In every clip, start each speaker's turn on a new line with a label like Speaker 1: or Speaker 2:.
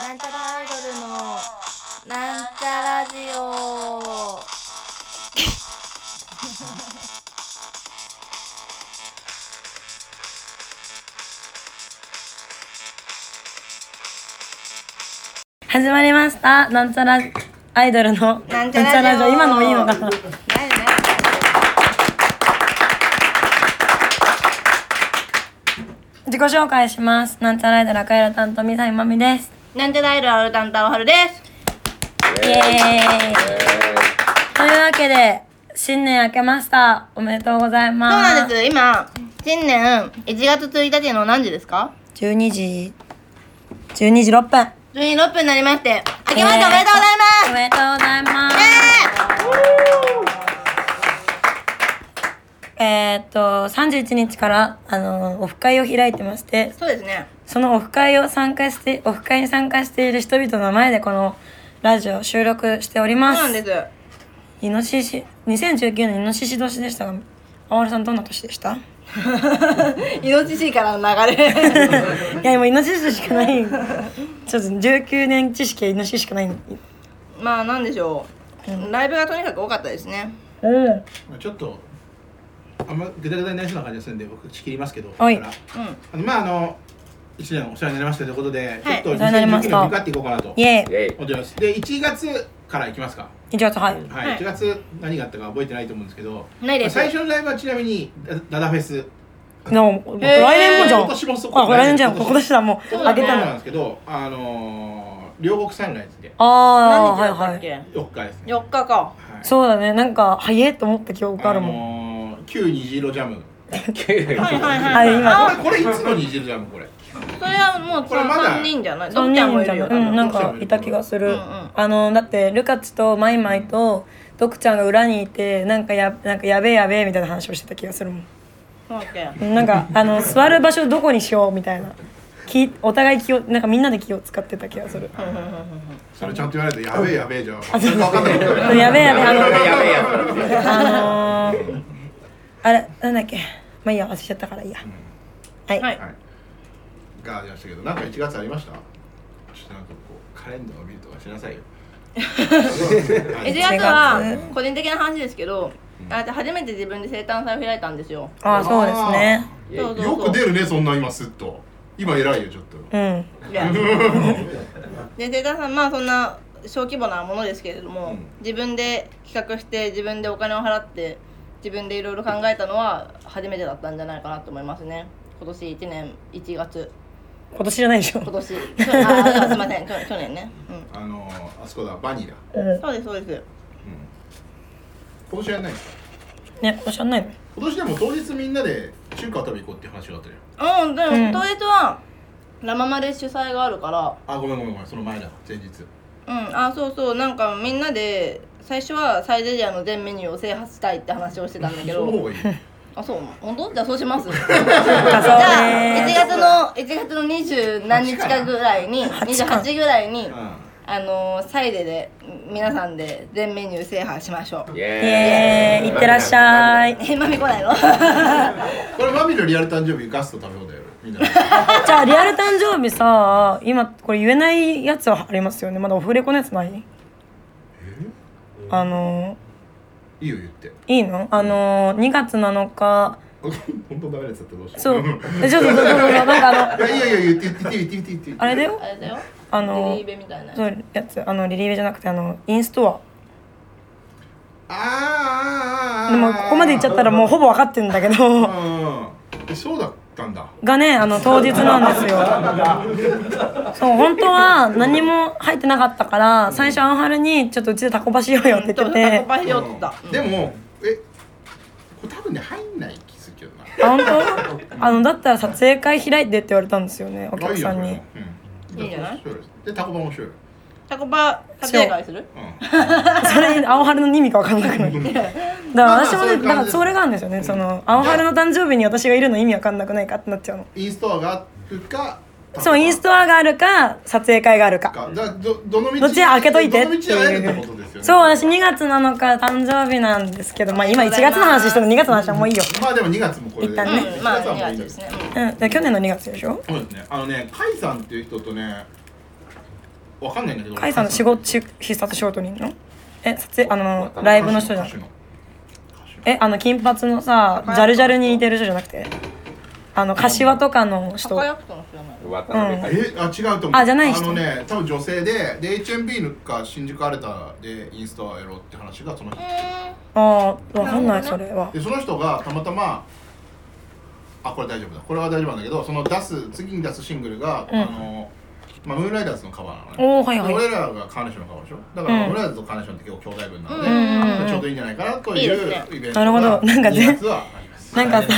Speaker 1: なんちゃらアイドルのなんちゃラジオ
Speaker 2: 始まりました。なんちゃらアイドルの
Speaker 1: なんちゃらジオ
Speaker 2: 今のもいいのかな。
Speaker 1: ないよね
Speaker 2: 自己紹介します。なんちゃらアイドル赤色担当三谷まみです。
Speaker 1: なんちゃらアイドルアルタンタオハルです
Speaker 2: イエーイ。というわけで新年明けました。おめでとうござい
Speaker 1: そう
Speaker 2: ます。
Speaker 1: なんです今新年1月1日の何時ですか
Speaker 2: す。十二時十二時六分。
Speaker 1: 16分になりまして明
Speaker 2: 明
Speaker 1: けましておめでとうございます
Speaker 2: おめでとうございます。えーっと三十一日からあのオフ会を開いてまして、
Speaker 1: そうですね
Speaker 2: そのオフ会を参加して、オフ会に参加している人々の前でこのラジオを収録しており
Speaker 1: そう
Speaker 2: ま
Speaker 1: なん
Speaker 2: す。
Speaker 1: です
Speaker 2: イノシシ、2019年イノシシ年でしたが、青原さんどんな年でした
Speaker 1: イノシシからの流れ
Speaker 2: いや、もうイノシシしかない。ちょっと19年知識はイノシシしかない。
Speaker 1: まあなんでしょうライブがとにかく多かったですね
Speaker 2: うん。
Speaker 3: まあ、ちょっとあんまグダグダになりそうな感じがするんで僕仕切りますけど
Speaker 2: はい
Speaker 3: ここか
Speaker 1: うん
Speaker 3: らあのまああの一年お世話になりましたということで、ちょっと
Speaker 2: お世話になりま
Speaker 3: 2019
Speaker 2: し
Speaker 3: 年
Speaker 2: た
Speaker 3: を振り返っていこうかなと
Speaker 2: イェイ。
Speaker 4: イ
Speaker 3: 思ってますで1月からいきますか
Speaker 2: 以上と、はい。
Speaker 3: はい、
Speaker 1: はい
Speaker 3: 1月何があったか覚えてないと思うんですけど
Speaker 1: ないです
Speaker 3: 最初のライブはちなみにダダダフェス
Speaker 2: なお、来
Speaker 1: えー
Speaker 2: 年もじゃん。
Speaker 3: 今年もそう
Speaker 2: あ、来年じゃん。
Speaker 3: 今年
Speaker 2: 今年だ、もう。
Speaker 1: そう
Speaker 2: あ
Speaker 1: だ
Speaker 2: げ
Speaker 1: ね
Speaker 2: た
Speaker 3: そう
Speaker 2: の。
Speaker 3: なん
Speaker 2: あ
Speaker 3: ですけどあのー、両国サンライズで
Speaker 2: あー、は
Speaker 1: 何
Speaker 2: い
Speaker 1: 日だった
Speaker 2: は
Speaker 1: っ
Speaker 2: い。
Speaker 1: け
Speaker 3: 4日ですね、
Speaker 1: 4日か
Speaker 3: はい、
Speaker 2: そうだね。なんか、早えと思った記憶あるもん。
Speaker 3: ん、あのー、旧虹色ジャム
Speaker 1: はいはい
Speaker 2: は、
Speaker 1: はいい
Speaker 2: 今。
Speaker 3: これこれいつの虹色ジャムこれ
Speaker 1: それはもう
Speaker 3: これまだ
Speaker 1: 3人じゃない
Speaker 2: そ
Speaker 1: ど
Speaker 2: う
Speaker 1: っちゃんも
Speaker 2: 人
Speaker 1: い
Speaker 2: じゃ
Speaker 1: る
Speaker 2: な
Speaker 1: よ
Speaker 2: いうん、なんかいた気がする、
Speaker 3: うんうん
Speaker 2: あのだってルカチとマイマイとドクちゃんが裏にいてなんかやなんかやべえやべえみたいな話をしてた気がするも
Speaker 1: そうだっけ
Speaker 2: んなんかあの座る場所どこにしようみたいな気お互い気をなんかみんなで気を使ってた気がする
Speaker 3: それちゃんと言わないとやべえやべえじゃん分かんないことだよ
Speaker 2: やべえやべえあの
Speaker 4: やべえやべえ
Speaker 2: あのー、あれなんだっけまあいいや忘れちゃったからいいや、はい、
Speaker 1: はい
Speaker 3: はい。がありましたけど、なんか1月ありましたちょっとなんかこう、カレンダーを見るとかしなさいよ。
Speaker 1: 1月は個人的な話ですけどあ初めて自分で生誕祭を開いたんですよ
Speaker 2: ああそうですね
Speaker 4: イ
Speaker 1: そうそう
Speaker 3: よ
Speaker 1: そう
Speaker 3: く出るね、そんな今すっと。今偉いよ、ちょっと。
Speaker 2: うん
Speaker 1: いやで生誕祭まあそんな小規模なものですけれども、
Speaker 3: うん
Speaker 1: 自分で企画して自分でお金を払って自分でいろいろ考えたのは初めてだったんじゃないかなと思いますね今年1年1月
Speaker 2: 今年じゃないでしょ
Speaker 1: 今年去ああすいません去去年ね、
Speaker 3: あのー、あそこだ、バニーだ。
Speaker 1: うん、そうですそうです
Speaker 3: 今年やんないんですか
Speaker 2: ね今年じゃないの
Speaker 3: 今年でも当日みんなで中華食べ行こうっていう話があったじゃん。
Speaker 1: うんでも、
Speaker 2: うん
Speaker 1: 当日はラママで主催があるから
Speaker 3: あ、ごめんごめんごめん、その前だ、前日。
Speaker 1: うんあそうそうなんかみんなで最初はサイゼリアの全メニューを制覇したいって話をしてたんだけ
Speaker 3: その方
Speaker 1: ど
Speaker 3: がいい。
Speaker 1: あそう本当じゃあそうします じ
Speaker 2: あそう
Speaker 1: ゃあ1
Speaker 2: ね
Speaker 1: 月の1月の二十何日かぐらいに
Speaker 2: 八か
Speaker 1: 28ぐらいに
Speaker 3: う
Speaker 1: あのーサイゼで皆さんで全メニュー制覇しましょう
Speaker 2: えー、いってらっしゃい
Speaker 1: えマミ来ない の
Speaker 3: ん。これ、マミのリアル誕生日、ガスト食べようだよ、みんなで。
Speaker 2: じゃあリアル誕生日さ今これ言えないやつはありますよねまだオフレコのやつないあの
Speaker 3: いいよ、言って。
Speaker 2: いいのあの2月7日
Speaker 3: 本当ダメなやつだったらどうしよう。
Speaker 2: そうえちょっとどうぞどうぞなんかあ
Speaker 3: い
Speaker 2: の
Speaker 3: やいやいや言って言って言って言って言って言って
Speaker 2: あれだよ
Speaker 1: あれだよ
Speaker 2: あ
Speaker 1: リ
Speaker 2: の
Speaker 1: リーベみたいな
Speaker 2: そうやつあのリリーベじゃなくてあのインスト
Speaker 3: あー
Speaker 2: ア
Speaker 3: あーあーあー
Speaker 2: でもここまで言っちゃったらもうほぼ分かってるんだけど
Speaker 3: うんそうだったんだ
Speaker 2: がねあの当日なんですよそう本当は何も入ってなかったから最初アンハルにちょっとうちでタコパしようよって言
Speaker 1: と
Speaker 2: っ
Speaker 1: タ
Speaker 2: て
Speaker 1: コパしようって言った
Speaker 3: うんでもえこれ多分ね入んない気するけどな
Speaker 2: てあ本当あのだったら撮影会開いてって言われたんですよねお客さん
Speaker 3: あいい
Speaker 2: に
Speaker 3: よ。これうん
Speaker 1: いいんじゃない
Speaker 3: でタコパ面白いよ
Speaker 1: タコパ撮影会する
Speaker 3: うん
Speaker 2: それ青春の意味か分かんなくなるだから私もねだからそれがあるんですよねその青春の誕生日に私がいるの意味分かんなくないかってなっちゃうの
Speaker 3: インストアがあるか
Speaker 2: そうインストアがあるか撮影会があるか
Speaker 3: かだどどの道
Speaker 2: どっち開けといて
Speaker 3: どの道あえるってことですよね
Speaker 2: そう私2月7日誕生日なんですけどまあ今1月の話しても2月の話はもういいよ
Speaker 3: まあでも2月もこれで
Speaker 2: 一旦ね
Speaker 1: うん
Speaker 3: 1
Speaker 1: まあ
Speaker 3: 月は
Speaker 1: 2
Speaker 3: もういい
Speaker 1: 月
Speaker 3: んだけど
Speaker 1: ですね、
Speaker 2: うんで去年の2月でしょ
Speaker 3: そうですねあのね甲斐さんっていう人とねわかんないんだけど
Speaker 2: カイさんの仕事し必殺仕事にいるのえ撮影あのライブの人じゃ
Speaker 3: 歌手
Speaker 2: ん
Speaker 3: の
Speaker 2: えあの金髪のさジャルジャルに似てる人じゃなくてあの柏とかの人
Speaker 1: 輝くとの人じゃない
Speaker 4: 渡辺海
Speaker 3: えあ違うと思う
Speaker 2: あじゃない人
Speaker 3: のね多分女性でで HMB か新宿アルタでインスタやろうって話がその人
Speaker 2: ああわかんないそれは
Speaker 3: でその人がたまたまあこれ大丈夫だこれは大丈夫なんだけどその出す次に出すシングルが、
Speaker 2: うん
Speaker 3: あのまあ、ムーンライダーズのカバーなのね
Speaker 2: おおはい
Speaker 3: で
Speaker 2: はい
Speaker 3: 俺らがカーネーションのカバーでしょだから、
Speaker 2: うん
Speaker 3: ムーンライダーズとカーネーションって結構兄弟分なので、
Speaker 2: うん
Speaker 3: ちょうどいいんじゃないかなと
Speaker 1: いい
Speaker 3: い
Speaker 1: です
Speaker 3: う
Speaker 1: ね
Speaker 3: イベント
Speaker 2: なるほどなんか
Speaker 3: 2
Speaker 2: ね
Speaker 3: 月はあります
Speaker 2: なんかさ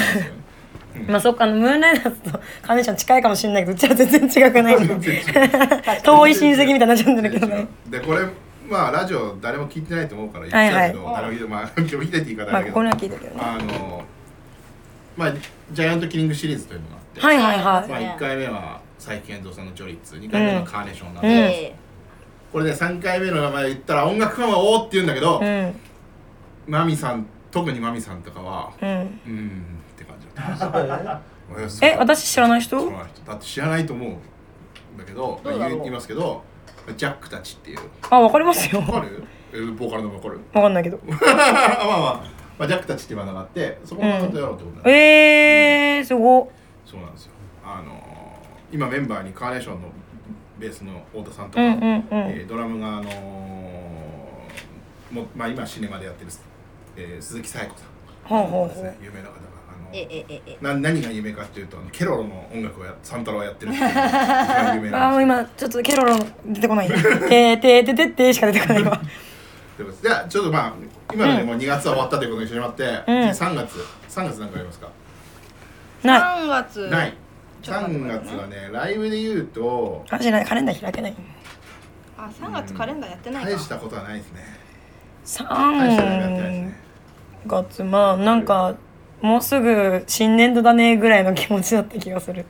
Speaker 2: まあそっかあのムーンライダーズとカーネーション近いかもしれないけどうちは全然違く ない
Speaker 3: 全然違う
Speaker 2: 遠い親戚みたいになっちゃってるけどね
Speaker 3: でこれまあラジオ誰も聞いてないと思うから言っちゃうけど、
Speaker 1: はいはい
Speaker 3: 誰もまあ今日聞いてないって言い方
Speaker 2: ま
Speaker 3: だ
Speaker 2: あこ
Speaker 3: けど、
Speaker 2: こには聞いたけどね
Speaker 3: あのまあジャイアントキリングシリーズというのがあって、
Speaker 2: はいはいはい
Speaker 3: まあ、
Speaker 1: ね
Speaker 3: 1回目は佐伯健三さんの「ジョリッツ」2回目の「カーネーション」なん
Speaker 2: うん
Speaker 3: で、
Speaker 1: え
Speaker 3: これで3回目の名前言ったら音楽ファンは「おお!」って言うんだけど、
Speaker 2: うん
Speaker 3: マミさん特にマミさんとかは
Speaker 2: うん
Speaker 3: 「うーん」って感じだったそう
Speaker 2: え私知らない人
Speaker 3: 知らない人だって知らないと思うんだけど
Speaker 1: どうだろ
Speaker 3: まあ
Speaker 1: う
Speaker 3: 言いますけどジャックたちっていう
Speaker 2: あわかります よ
Speaker 3: わかるえボーカルの分かる
Speaker 2: わかんないけど
Speaker 3: まあまあ、まあ、ジャックたちっていうバンドがあってそこのバンドやろうってことなんです
Speaker 2: えー、すご
Speaker 3: そうなんですよあのー今メンバーにカーネーションのベースの太田さん
Speaker 2: う
Speaker 3: とか、
Speaker 2: んうんうん
Speaker 3: えードラムがあのーもまあ、今シネマでやってる、えー鈴木彩子さん
Speaker 2: ほうほう
Speaker 3: で
Speaker 2: ほ
Speaker 3: す
Speaker 2: う
Speaker 3: ね有名な方があの
Speaker 1: ええええ
Speaker 3: な何が有名かっていうとあのケロロの音楽をやサンタロをやっ てるっていうのが一番有名
Speaker 2: あ
Speaker 3: な
Speaker 2: ー
Speaker 3: ん
Speaker 2: もう
Speaker 3: で
Speaker 2: 今
Speaker 3: す
Speaker 2: ちょっとケロロ出て こないねてーてーてーてーてーしか出てこないわ
Speaker 3: ということでじゃあちょっとまあ今のでもう2月は終わったということにしてもらって、
Speaker 2: ん
Speaker 3: 3月3月なんかありますか、
Speaker 2: ない
Speaker 1: 3月
Speaker 3: ない
Speaker 1: ちょっと待って
Speaker 3: 3
Speaker 1: ください
Speaker 3: 月はねライブで言うと
Speaker 2: あじゃないカレンダー開けない
Speaker 1: あ3月カレンダーやってないか
Speaker 3: 大したことはないですね大したライブやってないです
Speaker 2: 3
Speaker 3: ね
Speaker 2: 月まあなんかもうすぐ新年度だねぐらいの気持ちだった気がする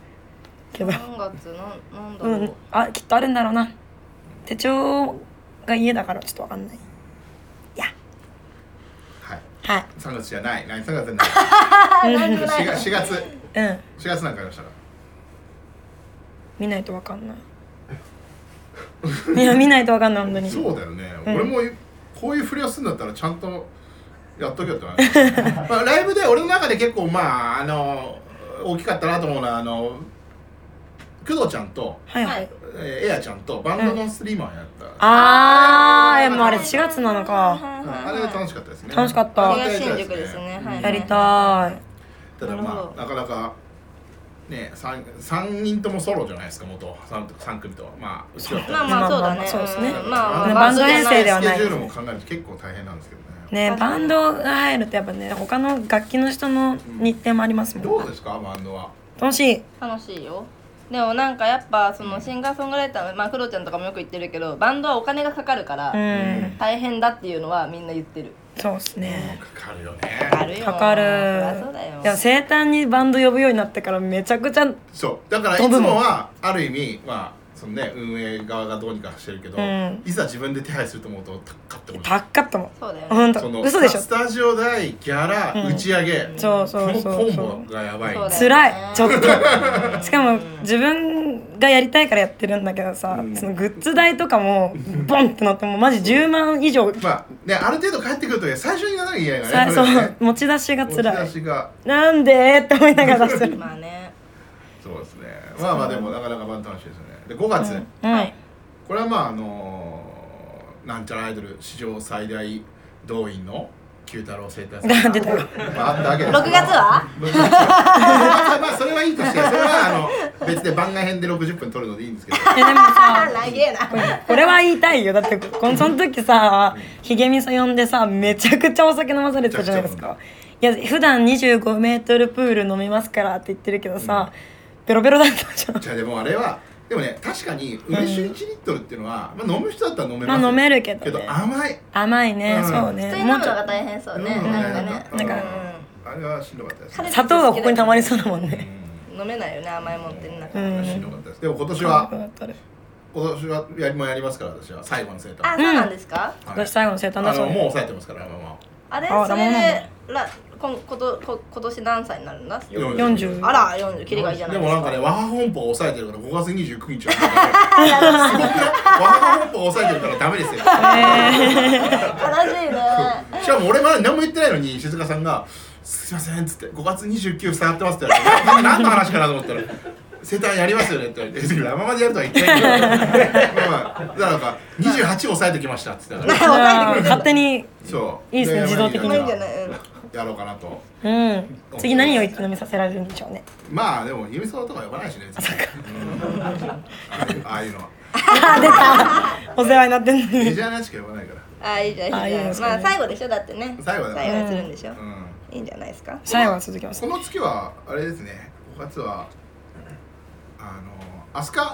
Speaker 2: けど
Speaker 1: 3月なんなんだ
Speaker 2: う
Speaker 1: ろう、
Speaker 2: んあきっとあるんだろうな手帳が家だからちょっとわかんない
Speaker 3: はい
Speaker 2: はい
Speaker 3: 3月じゃないない3月じ ゃない
Speaker 1: なんでない
Speaker 3: 4月4月
Speaker 2: うん
Speaker 3: 4月なんかありましたか
Speaker 2: 見ないとわかんないいや見ないとわかんない本当に
Speaker 3: そうだよね、俺もこういうふりをするんだったらちゃんと やっとけよって話まあライブで俺の中で結構まああの大きかったなと思うのはあの工藤ちゃんと、
Speaker 2: はいはい
Speaker 3: えーエアちゃんとバンドのスリーマンやった、
Speaker 2: あーいやもうあれ4月なのか
Speaker 3: うんあれ楽しかったですね
Speaker 2: 楽しかった
Speaker 3: またや
Speaker 1: 東
Speaker 3: りたい
Speaker 1: 新宿ですね、はいはい
Speaker 2: やりた
Speaker 3: ただ
Speaker 1: なる
Speaker 3: ま
Speaker 1: ほ
Speaker 3: あ
Speaker 1: ど
Speaker 3: なかなかね三三人ともソロじゃないですか元三三組とはまあうちだった
Speaker 1: まあ
Speaker 3: ら
Speaker 1: まあそうだね、
Speaker 2: まあまあそうですね
Speaker 1: んまあまあ
Speaker 2: バンド編成ではない
Speaker 3: スケジュールも考えると結構大変なんですけどね
Speaker 2: いねバンドが入るとやっぱね他の楽器の人の日程もあります
Speaker 3: ど
Speaker 2: も
Speaker 3: うんですかバンドは
Speaker 2: 楽しい
Speaker 1: 楽しいよでもなんかやっぱそのシンガーソングライターのまあクロちゃんとかもよく言ってるけどバンドはお金がかかるから、
Speaker 2: うん
Speaker 1: 大変だっていうのはみんな言ってる
Speaker 2: そうっすね
Speaker 3: かかるよね
Speaker 1: あるよ
Speaker 2: かかる
Speaker 1: そりゃそうだよ
Speaker 2: いや生誕にバンド呼ぶようになってからめちゃくちゃ
Speaker 3: そうだからい
Speaker 2: 飛
Speaker 3: つ
Speaker 2: ぶもん
Speaker 3: もはある意味まあそのね運営側がどうにかしてるけど、
Speaker 2: うん
Speaker 3: いざ自分で手配すると思うと高ってこと
Speaker 2: パッカッとも
Speaker 1: そうだよね
Speaker 2: ほん
Speaker 3: そ
Speaker 2: と
Speaker 3: の
Speaker 2: 嘘でしょ
Speaker 3: スタジオ代ギャラ、打ち上げ
Speaker 2: そうそうそうそう
Speaker 3: コンボがやばい
Speaker 1: そうだよ
Speaker 2: 辛いちょっ としかも自分がやりたいからやってるんだけどさ、そのグッズ代とかもボンってなってもうマジ10万以上
Speaker 3: まあねある程度帰ってくると最初にやらなきゃいけないから
Speaker 2: さ
Speaker 3: ね
Speaker 2: そ
Speaker 3: れね
Speaker 2: う持ち出しが
Speaker 3: 持
Speaker 2: 辛
Speaker 3: ち
Speaker 2: い
Speaker 3: 出しが
Speaker 2: なんでって思いながら出す る
Speaker 1: まあね
Speaker 3: そうですねまあまあでもなかなか楽しいですよねで5月、
Speaker 2: はい
Speaker 3: これはまああのーなんちゃらアイドル史上最大動員の九太郎生態祭
Speaker 2: 出た
Speaker 3: まああったわけです
Speaker 1: 6月は
Speaker 3: 6月はまあそれはいいとしてそれはあの別で番外編で60分撮るのでいいんですけど
Speaker 2: えでも
Speaker 1: あ
Speaker 2: さ
Speaker 1: 長えな
Speaker 2: これは言いたいよだってこのその時さひげみそ呼んでさめちゃくちゃお酒飲まされてたじゃないですかいや普段2 5メートルプール飲みますからって言ってるけどさ、ベロベロだったじゃん
Speaker 3: じゃあでもあれはでもね確かに梅酒1リットルっていうのは、まあ、飲む人だったら飲めますよ
Speaker 2: まあ飲めるけどね
Speaker 3: 甘い
Speaker 2: 甘いね、
Speaker 3: うん
Speaker 2: そうね
Speaker 1: 普通に飲むのが大変そうね、
Speaker 3: うん
Speaker 1: なんかね
Speaker 3: なんか
Speaker 1: う
Speaker 3: あれはしんどかったですね
Speaker 1: 彼
Speaker 2: 砂糖がここに溜まりそうだもんね。
Speaker 1: ん飲めないよね甘いもんってねなんか、
Speaker 2: うん
Speaker 3: しんどかったですでも今年
Speaker 2: 今
Speaker 3: は今年はやりもやりますから私は最後の生徒
Speaker 1: あそうなんですか、
Speaker 3: はい
Speaker 2: 年最後の生誕だ
Speaker 3: あ
Speaker 2: そ
Speaker 3: の
Speaker 2: う
Speaker 3: もう
Speaker 2: ね。
Speaker 3: 抑えてますからまあまあ
Speaker 1: あれ
Speaker 2: あ
Speaker 1: そ
Speaker 2: だも
Speaker 1: れ
Speaker 2: んなんだ
Speaker 1: でらこんことこ今年何歳になるんだ
Speaker 3: 40
Speaker 2: 40
Speaker 1: あら40キリがいいじゃな
Speaker 3: で
Speaker 1: いで
Speaker 3: も
Speaker 1: す
Speaker 3: なん
Speaker 1: か
Speaker 3: かね、和ハ本舗を抑えてるから5月29日は すごくない和ハ本舗を抑えてるからダメですよ
Speaker 1: 悲し いね
Speaker 3: しかも俺まだ何も言ってないのに静香さんが「すいません」っつって「5月29下がってます」って言われて何の話かなと思ったら「生誕やりますよね」って言われて別に「ラマまでやるとは言ってないけどまあまあ」だからなんか28抑えてきました」っつってたから
Speaker 2: あー勝手に
Speaker 3: そう
Speaker 2: いいですね自動的に
Speaker 1: まあいいんじゃないうん
Speaker 3: やろうかなと
Speaker 2: うん次何を一気飲みさせられるんでしょうね
Speaker 3: まあでもゆみそばとか呼 ばないしねそっかああいうのは
Speaker 2: お世話になってんの
Speaker 3: メ
Speaker 2: に
Speaker 3: ジャーなやつしか呼ばないから
Speaker 1: あーいいじゃんいい
Speaker 2: あーいいで
Speaker 1: じ
Speaker 2: す
Speaker 1: ゃんま
Speaker 2: かね
Speaker 1: あ最後でしょだってね
Speaker 3: 最後だ
Speaker 1: 最後にするんでしょ
Speaker 3: うん
Speaker 1: いいんじゃないですか
Speaker 2: 最後は続きます
Speaker 3: この月はあれですね5月はあの飛鳥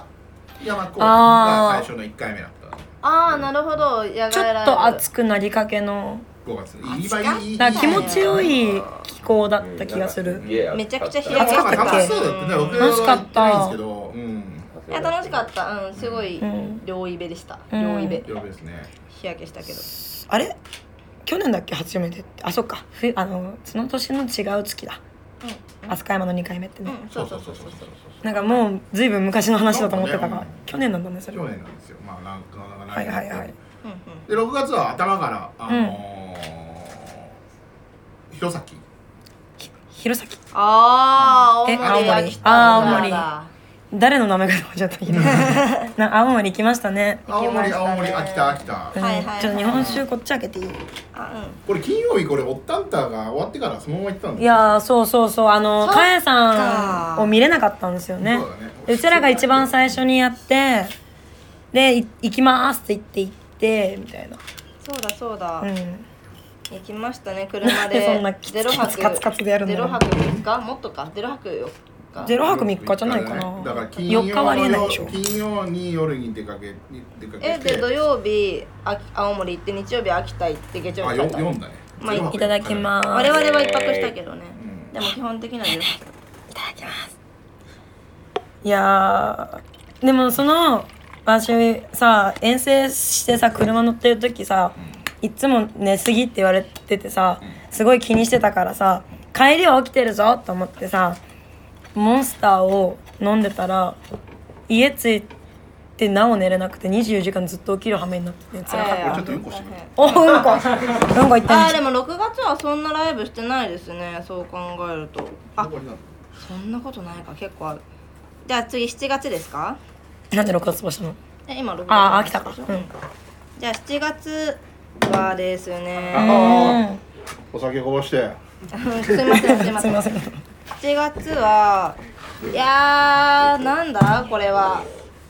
Speaker 3: 山公園が最初の1回目だった
Speaker 1: ああなるほど野
Speaker 2: ちょ
Speaker 1: 外ラ
Speaker 2: っ
Speaker 1: イブ
Speaker 2: と暑くなりかけの
Speaker 3: 5月いいばいいいい
Speaker 2: なんか気持ちよい気候だった気がする
Speaker 1: めちゃくちゃ日
Speaker 3: なん
Speaker 1: 焼けして
Speaker 3: か
Speaker 1: た
Speaker 3: 楽しそうだったね
Speaker 1: うん
Speaker 3: 僕は行ってないんですけどうん
Speaker 1: いや楽しかったうんすごい
Speaker 2: うん
Speaker 1: 両イベでした
Speaker 2: うん
Speaker 1: 両イベ
Speaker 3: よくですね
Speaker 1: 日焼けしたけど
Speaker 2: あれ去年だっけ初めてってあそっかふあのその年の違う月だ飛鳥山の2回目って
Speaker 1: う
Speaker 2: ね
Speaker 1: んうんそうそうそうそう
Speaker 2: なんかもうずいぶん昔の話だと思ってたか
Speaker 3: そうだ
Speaker 2: ら
Speaker 3: ねうん
Speaker 2: 去年なんだねそれ
Speaker 3: 去
Speaker 2: は
Speaker 3: 年なんですよまあなんかなんか
Speaker 2: はいはいは
Speaker 1: うんう
Speaker 2: い
Speaker 1: ん
Speaker 3: で6月は頭からあのー弘前
Speaker 2: ひ弘前
Speaker 1: ああ
Speaker 2: え
Speaker 1: 青森
Speaker 2: 青森
Speaker 1: 秋田
Speaker 2: あー青森
Speaker 1: だ
Speaker 2: 誰の名前かと思っちゃった けどな青森行きましたね
Speaker 1: 行き
Speaker 3: 青
Speaker 1: まし
Speaker 3: 森
Speaker 1: たね
Speaker 3: 青森秋田秋田
Speaker 2: うん
Speaker 1: はいはい
Speaker 2: ちょっと日本酒こっち開けていい
Speaker 1: あ
Speaker 3: これ金曜日これおったんたが終わってからそのまま行ったん
Speaker 2: い
Speaker 3: だよ
Speaker 2: やーそうそうそうあの
Speaker 1: そっか
Speaker 2: かえさんを見れなかったんですよね
Speaker 3: そうだね
Speaker 2: うちらが一番最初にやってでい行きますって言って行ってみたいな
Speaker 1: うんそうだそうだ
Speaker 2: うん
Speaker 1: 行きましたね車
Speaker 2: なんで
Speaker 1: で
Speaker 2: そんなキツキツ
Speaker 1: ゼロ泊
Speaker 2: カツカツでやるんだ
Speaker 1: ゼ
Speaker 2: ろ
Speaker 1: ロ
Speaker 2: う
Speaker 1: 泊3日もっとかゼロ泊4日
Speaker 2: ゼロ泊3日じゃないかな
Speaker 3: だから金曜
Speaker 2: 4日はありえないでしょ
Speaker 3: 金曜に夜に出かけに出かけて。
Speaker 1: えで土曜日あき青森行って日曜日秋田行って月曜
Speaker 3: あ
Speaker 1: 日
Speaker 3: よ
Speaker 1: 帰った
Speaker 3: 読んだね。
Speaker 1: まあい
Speaker 2: いただきます
Speaker 1: 我々は一泊したけどね
Speaker 3: うん
Speaker 1: でも基本的にはゼロ泊
Speaker 2: いやーでもその私さ遠征してさ車乗ってる時さいっつも寝すぎって言われててさすごい気にしてたからさ帰りは起きてるぞと思ってさモンスターを飲んでたら家着いてなお寝れなくて24時間ずっと起きる羽目になっててつらかっ
Speaker 1: い
Speaker 3: こ
Speaker 1: や
Speaker 3: れ
Speaker 1: い
Speaker 3: ち
Speaker 1: や
Speaker 3: ょっとうんこしてくる。
Speaker 2: たおうんこうんこ行って
Speaker 1: あ
Speaker 2: ま
Speaker 1: ー
Speaker 2: し
Speaker 1: でも6月はそんなライブしてないですねそう考えるとあ
Speaker 3: これなんだ
Speaker 1: そんなことないか結構あるじゃあ次7月ですか
Speaker 2: なんで6月場したの
Speaker 1: え今6月
Speaker 2: あー秋田かうん
Speaker 1: じゃあ7月はですね
Speaker 3: あお酒こぼして。
Speaker 1: すいませんすいませ
Speaker 2: すい
Speaker 1: ん
Speaker 2: ません
Speaker 1: 7月はいやーなんだこれは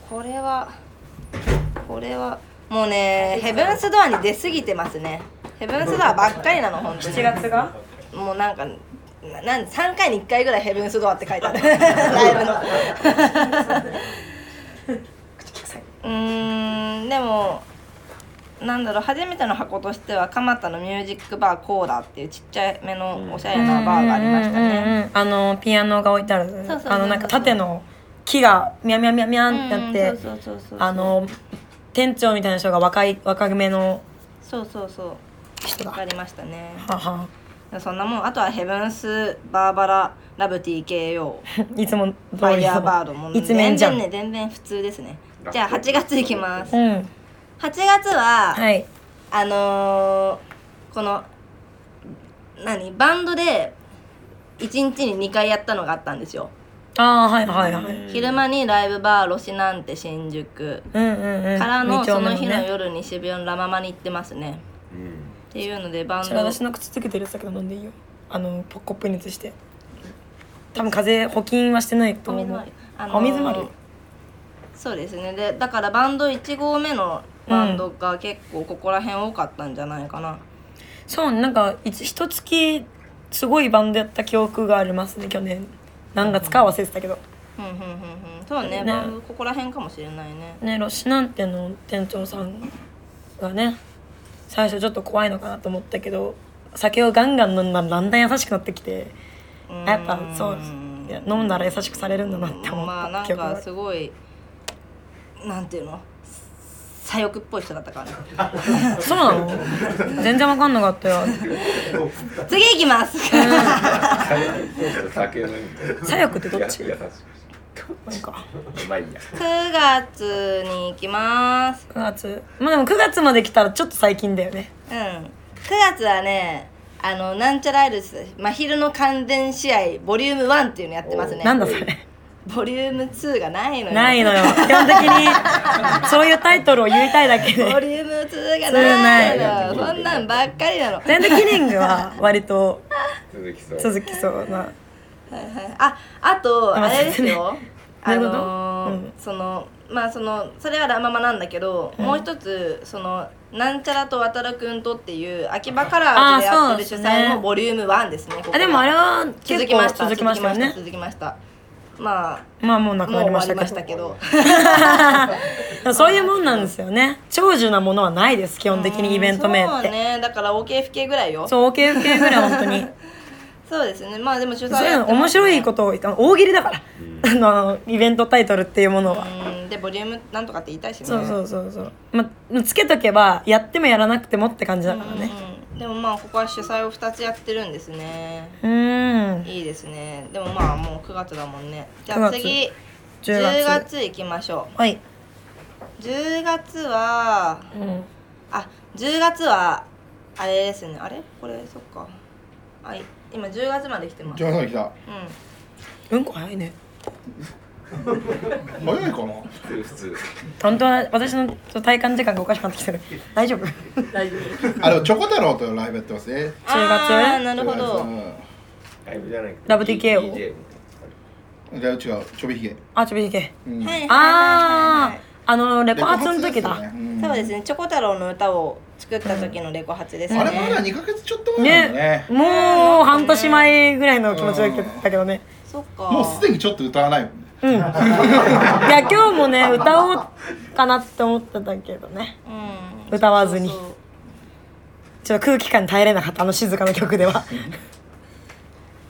Speaker 1: これはこれはもうねヘブンスドアに出過ぎてますねヘブンスドアばっかりなの本当に
Speaker 2: 7月が
Speaker 1: もうなんかななん3回に1回ぐらい「ヘブンス・ドア」って書いてある ライブの うーんでもなんだろう初めての箱としては蒲田のミュージックバーコーダっていうちっちゃめのおしゃれなバーがありました
Speaker 2: うんうん
Speaker 1: ね
Speaker 2: うんあのピアノが置いてある
Speaker 1: そうそう
Speaker 2: あのなんか縦の木がミャンミャンミャンミャンってな
Speaker 1: うんそ
Speaker 2: って
Speaker 1: うそうそうそう
Speaker 2: あの店長みたいな人が若い若めの
Speaker 1: そうそうそう
Speaker 2: 人だ
Speaker 1: わかりましたね
Speaker 2: はは
Speaker 1: そんなもんあとはヘブンス・バーバラ・ラブ TKO
Speaker 2: いつも通
Speaker 1: ファイ
Speaker 2: り
Speaker 1: ヤ
Speaker 2: そ
Speaker 1: ー
Speaker 2: う
Speaker 1: バードも
Speaker 2: いつめ
Speaker 1: 全
Speaker 2: んじゃん
Speaker 1: 然ね全然普通ですねじゃあ8月いきます
Speaker 2: うん
Speaker 1: 8月は、
Speaker 2: はい
Speaker 1: あのーこの何バンドで1日に2回やったのがあったんですよ、
Speaker 2: ああはいはいはい
Speaker 1: 昼間にライブバーロシなんて新宿
Speaker 2: うんうんうん
Speaker 1: からの
Speaker 2: 二丁
Speaker 1: そ
Speaker 2: 目
Speaker 1: の日の
Speaker 2: ね
Speaker 1: 夜に渋谷のラ・ママに行ってますねっていうのでバン
Speaker 2: それ
Speaker 1: ド
Speaker 2: 私の口つけてるやつだけど飲んでいいよあのポコップに移して多分風邪補菌はしてないと
Speaker 1: お
Speaker 2: 思
Speaker 1: 水もあ
Speaker 2: う
Speaker 1: るあ
Speaker 2: お水もある
Speaker 1: そうですねでだからバンド1号目のバンドが結構ここら辺多かったんじゃないかな、
Speaker 2: そうなんかいつ一月すごいバンドやった記憶がありますね去年何月かは忘れてたけど
Speaker 1: うんうんうんうんそうね
Speaker 2: ね
Speaker 1: バンドここら辺かもしれないね
Speaker 2: ねロシなんての店長さんがね最初ちょっと怖いのかなと思ったけど酒をガンガン飲んだらだんだん優しくなってきてやっぱそういや飲んだら優しくされるんだなって思
Speaker 1: まあ
Speaker 2: っ
Speaker 1: な
Speaker 2: た
Speaker 1: ん
Speaker 2: 記憶があ
Speaker 1: か
Speaker 2: る
Speaker 1: すごいなんていうの左翼っぽい人だったからね
Speaker 2: そうなの 全然わかんなかったよ
Speaker 1: 次行き ます
Speaker 4: 酒飲み
Speaker 2: 左翼ってどっち
Speaker 4: いや優
Speaker 2: なんか
Speaker 4: しいまあいいや
Speaker 1: 9月に行きます
Speaker 2: 9月まあでも9月まで来たらちょっと最近だよね
Speaker 1: うん9月はねあのなんちゃらアイルス真昼の完全試合ボリューム1っていうのやってますね
Speaker 2: なんだそれ
Speaker 1: ボリューム2がないのよ
Speaker 2: ないのよ基本的にそういうタイトルを言いたいだけ
Speaker 1: ボ
Speaker 2: で
Speaker 1: リューム2がないのよ
Speaker 4: そうない
Speaker 1: そんなんばっかりなの
Speaker 2: 全然キリングは割と
Speaker 4: 続きそう
Speaker 2: 続きそうな
Speaker 1: ああと
Speaker 2: あ
Speaker 1: あれですよ、
Speaker 2: そう
Speaker 1: あの
Speaker 2: ですねな
Speaker 1: ー
Speaker 2: るほどうん
Speaker 1: そのまあそのそれはラ・ママなんだけど、もう一つそのなんちゃらと渡るくんとっていう秋葉カラーでやってる主
Speaker 2: あそうです
Speaker 1: 催
Speaker 2: ね
Speaker 1: のボリューム1ですねここ
Speaker 2: あでもあれは
Speaker 1: 続
Speaker 2: 結
Speaker 1: きまし
Speaker 2: 構
Speaker 1: た
Speaker 2: 続きましたよね
Speaker 1: 続きましたま
Speaker 2: まあもうな
Speaker 1: あ
Speaker 2: く
Speaker 1: もう
Speaker 2: な
Speaker 1: 終
Speaker 2: りま
Speaker 1: わり
Speaker 2: した
Speaker 1: ま
Speaker 2: け
Speaker 1: したけど
Speaker 2: どそういうもんなんですよね長寿なものはないです基本的にイベント名っ
Speaker 1: そう
Speaker 2: て
Speaker 1: ねだから OKFK ぐらいよそう
Speaker 2: そう OKOK ぐらい本当 に
Speaker 1: ですねまあでも主催
Speaker 2: そういう
Speaker 1: やっ
Speaker 2: の
Speaker 1: てま
Speaker 2: 面
Speaker 1: すね
Speaker 2: 白いことを言った大喜利だからあのイベントタイトルっていうものは
Speaker 1: うんでボリュームなんとかって言いたいしね
Speaker 2: そうそうそうそうまあつけとけばやってもやらなくてもって感じだからね
Speaker 1: うんでもまあここは主催を2つやってるんですね
Speaker 2: うーん
Speaker 1: いいですねでもまあもう9月だもんねじゃ
Speaker 2: 9
Speaker 1: あ
Speaker 2: 月
Speaker 1: 次
Speaker 2: 10
Speaker 1: 10
Speaker 2: 月
Speaker 1: 月行きましょ
Speaker 2: はい、
Speaker 1: う10月は
Speaker 2: うん、
Speaker 1: あ10月はあれですねあれこれそっかはい今10月まで来てます
Speaker 3: じゃあさっき来た
Speaker 1: う
Speaker 2: うんこ早いね
Speaker 3: 早いかな
Speaker 4: 普通
Speaker 2: 本当は私の体感時間がおかしくなってきてる大丈 夫大丈夫
Speaker 3: あでもチョコ太郎というライブやってますね
Speaker 1: んあーなるほ
Speaker 3: う
Speaker 1: ど
Speaker 3: ん
Speaker 4: ライブじゃなくて
Speaker 2: ラブ TKO
Speaker 4: DJ
Speaker 3: じゃあ違うちょびひげ
Speaker 2: あちょびひけ
Speaker 3: う
Speaker 1: は
Speaker 3: ん
Speaker 1: いはいはいは
Speaker 2: あ
Speaker 1: い
Speaker 2: ーあのレパートの時だ、
Speaker 3: レコ発ですよね
Speaker 1: そうですねチョコ太郎の歌を作った時のレコ発です
Speaker 3: うん
Speaker 1: ね
Speaker 3: あれまだ2ヶ月ちょっと前なんだ
Speaker 2: ね
Speaker 3: ね
Speaker 2: もう半年前ぐらいの気持ちだけだけどね
Speaker 1: そっか
Speaker 3: もうすでにちょっと歌わないもんね
Speaker 2: うん いや今日もね歌おうかなって思ってたけどね
Speaker 1: うん
Speaker 2: 歌わずに
Speaker 1: そうそう
Speaker 2: ちょっと空気感に耐えれなかったあの静かな曲で は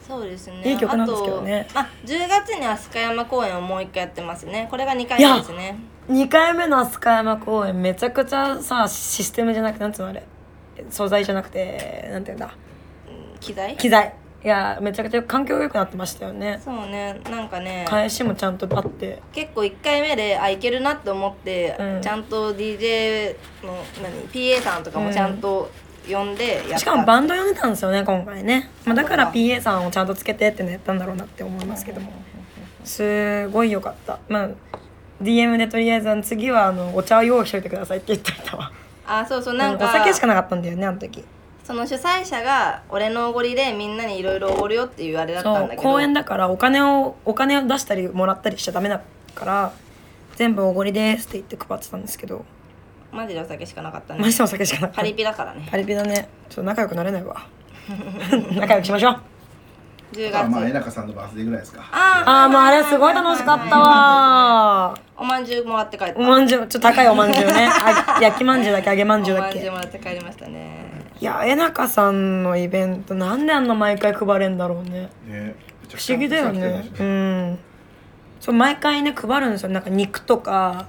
Speaker 1: そうですね。
Speaker 2: いい曲なんですけどね
Speaker 1: あとあ、10月に飛鳥山公演をもう一回やってますね。これが2回目ですね。
Speaker 2: 2回目の飛鳥山公演めちゃくちゃさシステムじゃなくてなんつうのあれ素材じゃなくてなんていうんだ
Speaker 1: 機材？
Speaker 2: 機材いやめちゃくちゃ環境が良くなってましたよね
Speaker 1: そうね。なんかね、
Speaker 2: 返しもちゃんとあって
Speaker 1: 結構1回目であいけるなって思って、
Speaker 2: うん
Speaker 1: ちゃんと DJ の何 PA さんとかもちゃんと呼んでやった。
Speaker 2: しかもバンド読んでたんですよね今回ね、まあ、だから
Speaker 1: そうか
Speaker 2: PA さんをちゃんとつけてってのやったんだろうなって思いますけどもすごい良かったまあ DM でとりあえずあの次はあのお茶を用意しといてくださいって言っといたわ
Speaker 1: あ、そうそうなんか、
Speaker 2: お酒しかなかったんだよねあの時
Speaker 1: その主催者が俺のおごりでみんなにいろいろおごるよっていうあれだっ
Speaker 2: そ
Speaker 1: たん
Speaker 2: う
Speaker 1: だけど。
Speaker 2: 公園だからお金をお金を出したりもらったりしちゃダメだから全部おごりですって言って配ってたんですけど
Speaker 1: マジでお酒しかなかった
Speaker 2: マ
Speaker 1: ね
Speaker 2: ジ。でお酒しかなかった
Speaker 1: パリピだからね。
Speaker 2: パリピだねちょっと仲良くなれないわ 仲良くしましょう
Speaker 1: 10
Speaker 3: あまあ江
Speaker 1: 月。
Speaker 3: 中さんのバースデーぐらいですか
Speaker 1: あ
Speaker 2: あーもうあれすごい楽しかったわー
Speaker 1: おまんじゅうもらって帰った。
Speaker 2: おまんじゅうちょっと高いおまんじゅうねあ焼きまんじゅうだっけ揚げまんじゅうだっ
Speaker 1: おまんじゅ
Speaker 2: け
Speaker 1: うもらって帰りましたね
Speaker 2: いや江中さんのイベントなんであんな毎回配れんだろうね
Speaker 3: ねめちゃく
Speaker 2: 不
Speaker 3: ちゃ
Speaker 2: 思議だよねうんそう毎回ね配るんですよなんか肉とか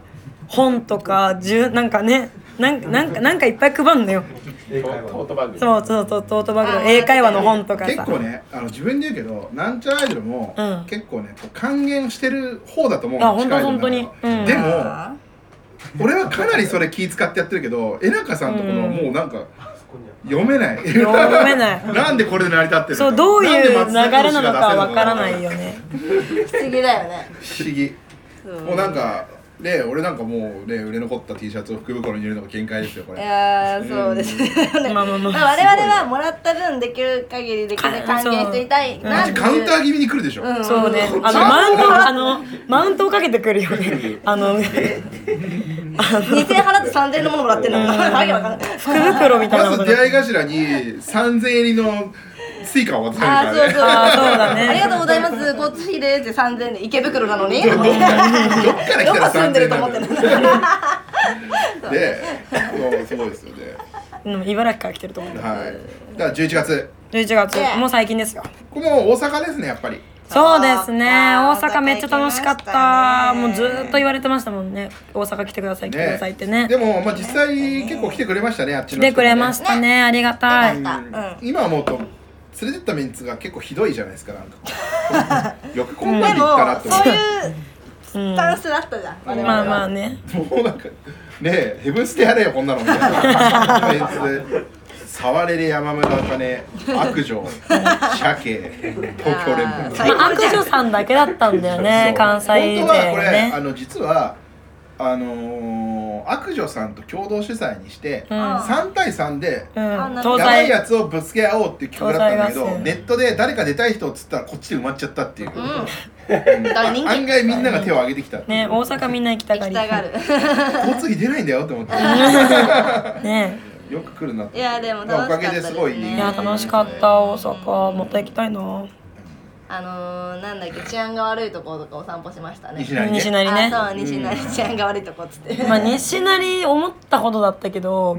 Speaker 2: 本とかじゅうなんかねなんかなんかなんかいっぱい配るのよ
Speaker 4: トートバッグ
Speaker 2: そうそうそうトートバッグの英会話の本とか
Speaker 3: 結
Speaker 2: さ
Speaker 3: 構ねあの自分で言うけどなんちゃらアイドルも、
Speaker 2: うん
Speaker 3: 結構ねこう還元してる方だと思うの
Speaker 2: あほんと
Speaker 3: 地下アイドルの中では
Speaker 2: ほんとにうん
Speaker 3: で
Speaker 1: あ
Speaker 3: も俺はかなりそれ気使ってやってるけど江中さんとこの
Speaker 2: うん
Speaker 3: もうなんか読め ない
Speaker 2: 読めない
Speaker 3: なんでこれで成り立ってる
Speaker 2: そうどういう流れなのか
Speaker 3: わ
Speaker 2: わからないよね
Speaker 1: 不思議だよね
Speaker 3: 不思議
Speaker 1: そう
Speaker 3: もうなんかで俺なんかもうね売れ残った T シャツを福袋に入れるのが限界ですよこ
Speaker 1: い
Speaker 3: れ
Speaker 1: やーそうですね、
Speaker 2: まあまあまあ
Speaker 1: 我々はもらった分できる限りできる還元していたいな
Speaker 3: マ
Speaker 1: ってい
Speaker 3: ジ
Speaker 1: う
Speaker 3: カウンター気味に来るでしょ、
Speaker 1: うん
Speaker 2: そうね、あのマウント、あのマウントをかけてくるよね。あの、福
Speaker 1: 2000円払って3000円のものもらってるのわけわかんない
Speaker 2: 袋みたいな
Speaker 3: ま
Speaker 2: もの
Speaker 3: ず出会い頭に3000円入りのスイカを渡さ
Speaker 1: あ
Speaker 3: れ
Speaker 1: ー
Speaker 3: る
Speaker 1: そ
Speaker 3: か
Speaker 1: う
Speaker 3: ら
Speaker 1: そう
Speaker 2: あー
Speaker 3: ね
Speaker 2: そうだね
Speaker 1: ありがとうございます交通費ですって3000円で池袋なのにどこ
Speaker 3: どっから来たら
Speaker 1: 住んで
Speaker 3: 3000
Speaker 1: る
Speaker 3: 円
Speaker 1: と
Speaker 3: な
Speaker 1: 思
Speaker 3: ん
Speaker 1: っ
Speaker 3: だ
Speaker 1: てる
Speaker 3: よで、そうすごいですよね。
Speaker 2: うん茨城から来てると思う。
Speaker 3: はい。だから11月。
Speaker 2: 11月、
Speaker 1: ね
Speaker 2: もう最近ですよ。
Speaker 3: これも大阪ですね、やっぱり。
Speaker 2: そうですね大阪めっちゃ楽しかったもうず
Speaker 1: ー
Speaker 2: ーっと言われてましたもんね大阪来てください来てくださいってね
Speaker 3: でも、まあ、実際結構来てくれましたねあっち
Speaker 2: 来
Speaker 3: の人もね
Speaker 2: てくれましたねありがたい、
Speaker 1: よかったうん
Speaker 3: 今思うと連れてったメンツが結構ひどいじゃないですかなん かよくこんなんで行ったなって
Speaker 1: で
Speaker 3: 思
Speaker 1: も
Speaker 3: っ
Speaker 1: そう
Speaker 3: て
Speaker 1: いうスタンスだったじゃん、我々は
Speaker 2: まあまあね
Speaker 3: もうなんかねえヘブンスでやれよこんなのみたいなメンツで触れれ山村茜悪女鮭東京連
Speaker 1: あ
Speaker 3: 盟
Speaker 1: ー
Speaker 2: まあ、悪女さんだけだったんだよ
Speaker 4: そ
Speaker 2: ね
Speaker 4: う
Speaker 2: 関西勢
Speaker 3: 本当はこれ、あ
Speaker 2: ね
Speaker 3: の実はあのー悪女さんと共同主催にして、
Speaker 2: うん
Speaker 3: 3対3で、
Speaker 2: うん
Speaker 1: あ
Speaker 2: 東
Speaker 3: やばい
Speaker 2: 西
Speaker 3: やつをぶつけ合おうっていう企画だったんだけど
Speaker 2: 東西合戦
Speaker 3: ネットで誰か出たい人っつったらこっちで埋まっちゃったっていう、
Speaker 1: うん
Speaker 3: うん
Speaker 1: 大人気
Speaker 3: 案外みんなが手を挙げてきたってい
Speaker 2: ね
Speaker 3: う
Speaker 2: 大阪みんな行きた
Speaker 1: 行
Speaker 2: が
Speaker 1: き
Speaker 2: り
Speaker 1: たがる
Speaker 3: 交通費出ないんだよって思って
Speaker 2: ね
Speaker 3: よく来るなって
Speaker 1: いやでも楽しかったですね
Speaker 3: おかげですごい
Speaker 2: いや楽しかった大阪また行きたいな
Speaker 1: あのー、なんだっけ治安が悪いところとかお散歩しましたね
Speaker 3: 西成
Speaker 2: 西
Speaker 3: ね
Speaker 2: 成ね
Speaker 1: あそう西成治安が悪いとこっつって、
Speaker 2: まあ西成思ったほどだったけど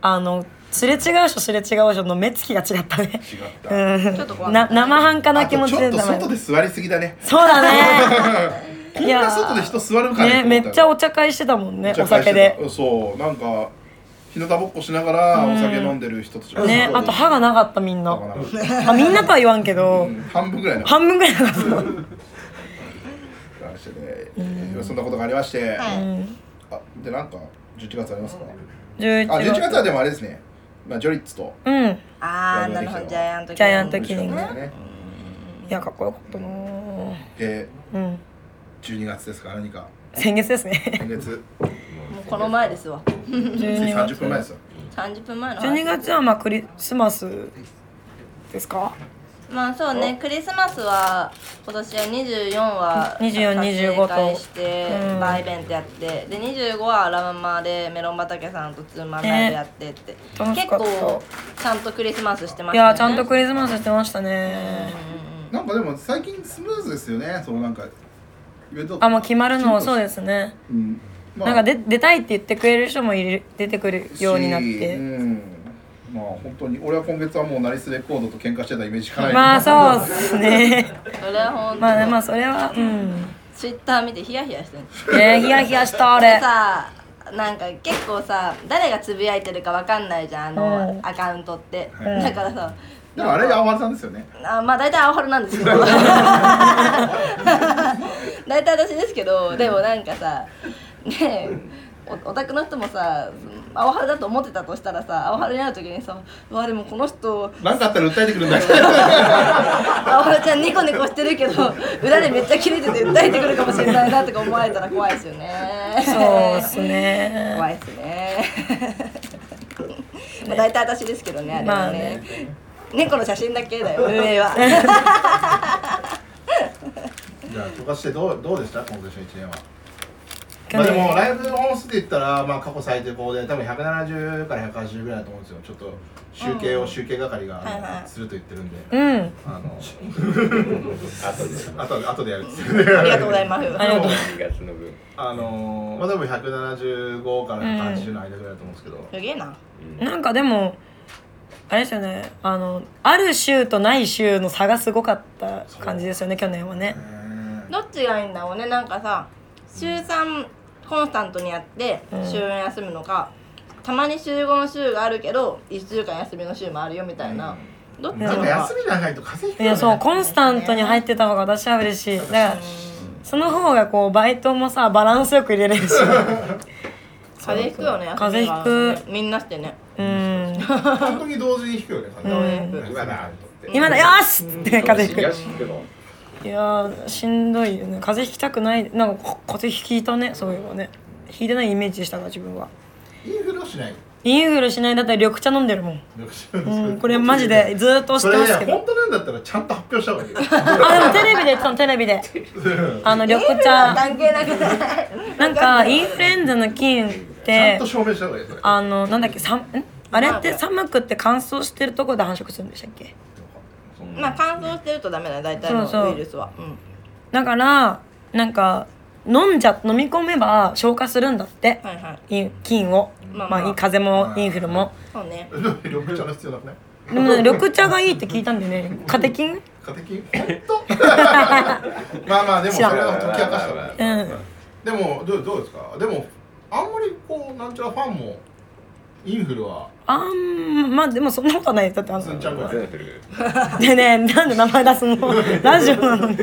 Speaker 2: あのすれ違う人すれ違う人の目つきが違ったね
Speaker 3: 違った、
Speaker 1: ちょっと
Speaker 2: うん
Speaker 1: 怖か
Speaker 2: な
Speaker 1: った
Speaker 2: 生半可な
Speaker 3: あ
Speaker 2: 気
Speaker 3: と
Speaker 2: 持
Speaker 3: ち
Speaker 2: ち
Speaker 3: ょ
Speaker 2: で
Speaker 3: っと外
Speaker 2: 生
Speaker 3: で座りすぎだね
Speaker 2: そう だ
Speaker 3: こんな外で人座るか
Speaker 2: ねね
Speaker 3: ね
Speaker 2: めっちゃ
Speaker 3: お
Speaker 2: お茶会してたもんね
Speaker 3: 茶
Speaker 2: お
Speaker 3: 会して
Speaker 2: 酒で
Speaker 3: たそうなんか日向ぼっこしながらお酒飲んでる人たちが
Speaker 2: ねあと歯がなかったみん
Speaker 3: だか
Speaker 2: な
Speaker 3: ら
Speaker 2: あみんなとは言わんけど
Speaker 3: うん半分ぐらいの
Speaker 2: 半分ぐらいなかった
Speaker 3: 話で、ねえーそんなことがありまして、
Speaker 1: はい
Speaker 3: あでなんか11月ありますか、
Speaker 2: 11
Speaker 3: あ11月
Speaker 2: 月
Speaker 3: はでもあれですね、まあ、ジョリッツと
Speaker 2: うん
Speaker 1: ああなるほどジャイアント
Speaker 2: ジャイアン
Speaker 1: キリ
Speaker 2: ト
Speaker 1: ング
Speaker 2: キリング
Speaker 3: ですね
Speaker 2: いやかっこよかったなぁ
Speaker 3: で
Speaker 2: うん
Speaker 3: 12月ですか何か
Speaker 2: 先月ですね
Speaker 3: 今月
Speaker 1: もうこの前ですわ
Speaker 3: つい
Speaker 2: 12
Speaker 3: 30
Speaker 2: 月
Speaker 3: 分前ですよ
Speaker 1: 30分前の話
Speaker 2: 12月はまあクリスマスですか
Speaker 1: まあそうねクリスマスは今年は24は
Speaker 2: 24 25と
Speaker 1: 撮影会して
Speaker 2: うん
Speaker 1: バーイベントやってで25はアラママでメロン畑さんとツーマンライブやってって、
Speaker 2: 楽し
Speaker 1: 結
Speaker 2: かった
Speaker 1: 構ちゃんとクリスマスしてま
Speaker 2: い
Speaker 1: したね
Speaker 2: やちゃんとクリスマスしてましたね
Speaker 3: なんかでも最近スムーズですよねそのなんかイベント、
Speaker 2: あもう決まるのはそうですすね
Speaker 3: うんま
Speaker 2: なんかで出たいって言ってくれる人もいる出てくるようになっ
Speaker 3: し
Speaker 2: て
Speaker 3: うんまあ本当に俺は今月はもうナリスレコードと喧嘩してたイメージしかない
Speaker 2: まあそうっすね
Speaker 1: それはほんと、
Speaker 2: まあねまあそれはうん
Speaker 1: ツイッター見てヒヤヒヤしてる
Speaker 2: ねヒヤヒヤしたあれ
Speaker 1: さなんか結構さ誰がつぶやいてるかわかんないじゃんあの、
Speaker 2: うん
Speaker 1: アカウントって、
Speaker 3: はい
Speaker 1: だからさ
Speaker 3: でもあれは青原さんですよね
Speaker 1: あまあ大体アオハルなんですけ ど大体私ですけどでもなんかさねえおオタクの人もさアオハルだと思ってたとしたらさアオハルになる時にさ「うわでもこの人
Speaker 3: なんかあったら訴えてくるんだけど
Speaker 1: アオハルちゃんニコニコしてるけど裏でめっちゃキレてて訴えてくるかもしれないな」とか思われたら怖いですよね
Speaker 2: そうっすね
Speaker 1: 怖いですねまあ大体私ですけどねあれ
Speaker 2: ま
Speaker 1: は
Speaker 2: あ
Speaker 1: ね
Speaker 2: ね
Speaker 1: 猫の写真だけだよ運営 は
Speaker 3: じゃあ飛ばしてどうどうでした今年の1年は
Speaker 2: 去
Speaker 3: まあでも
Speaker 2: 年
Speaker 3: ライブの本数で言ったら、まあ、過去最低高で多分170から180ぐらいだと思うんですよちょっと集計を集計係が
Speaker 1: はいはい
Speaker 3: すると言ってるんで、
Speaker 2: うん
Speaker 3: あの
Speaker 4: あとで
Speaker 3: あとあとでやるっつって
Speaker 1: ありがとうございます
Speaker 2: ありがとう
Speaker 4: 2月の分
Speaker 3: あのまあ多分175から180の間ぐらいだと思うんですけど、
Speaker 1: すげえな
Speaker 2: なんかでもあれですよねあのある週とない週の差がすごかった感じですよね去年はね
Speaker 1: どっちがいいんだろうねなんかさ週3コンスタントにやって週4休むのか、たまに週5の週があるけど1週間休みの週もあるよみたいな、どっち
Speaker 2: ん
Speaker 1: な
Speaker 3: なん
Speaker 1: の
Speaker 3: か
Speaker 1: か
Speaker 3: 休み長いと風邪ひく
Speaker 2: い
Speaker 3: よ、
Speaker 2: や
Speaker 3: ね、
Speaker 2: そうコンスタントに入ってた方が私は嬉しいだからその方がこうバイトもさバランスよく入れれ るし
Speaker 1: 風邪ひくよね
Speaker 2: 風邪ひく
Speaker 1: 休みがみんなしてね
Speaker 2: うん
Speaker 3: 本当に同時に引くよね風
Speaker 1: うん
Speaker 3: 邪今だ
Speaker 2: 今だよーしって風邪ひ
Speaker 4: 東
Speaker 2: く
Speaker 4: 東区の
Speaker 2: いやーしんどいよね風邪ひきたくないなんかこ風邪ひいたねそういえばねひいてないイメージでしたから自分は
Speaker 3: インフルはしない
Speaker 2: インフルしないんだったら緑茶飲んでるもん、う、
Speaker 3: うん
Speaker 2: これマジでずーっと
Speaker 3: そ
Speaker 2: 押してます
Speaker 3: れね
Speaker 2: けど
Speaker 3: 本当なんだったらちゃんと発表した方がいいよ
Speaker 2: あでもテレビで言ってたのテレビであの緑茶
Speaker 1: 関係なくない
Speaker 2: なんかインフルエンザの菌っ
Speaker 3: ちゃん
Speaker 2: て
Speaker 3: と証明した方がいいよそれ
Speaker 2: あのなんだっけさんあれって寒くって乾燥してるところで繁殖するんでしたっけ
Speaker 1: まあ乾燥してるとダメだよ大体の
Speaker 2: そうそう
Speaker 1: ウイルスはうん
Speaker 2: だからなんか飲んじゃ飲み込めば消化するんだって、
Speaker 1: はいはい
Speaker 2: い、菌を、
Speaker 1: まあ
Speaker 2: まあ、い風邪もインフルも
Speaker 1: そうね
Speaker 3: 緑茶の必要なくない
Speaker 2: でも ね緑茶がいいって聞いたんでねカテキン
Speaker 3: カテキン本当まあまあでもそれは解き明かしたね
Speaker 2: うん
Speaker 3: でもどうどうですかでもあんまりこうなんちゃらファンもインフルは
Speaker 2: あんまあでもそんなことはないですだってあ
Speaker 3: すん
Speaker 2: の
Speaker 3: ちゃんぐらい
Speaker 4: 全部
Speaker 2: でねなんで名前出す のラジオなのに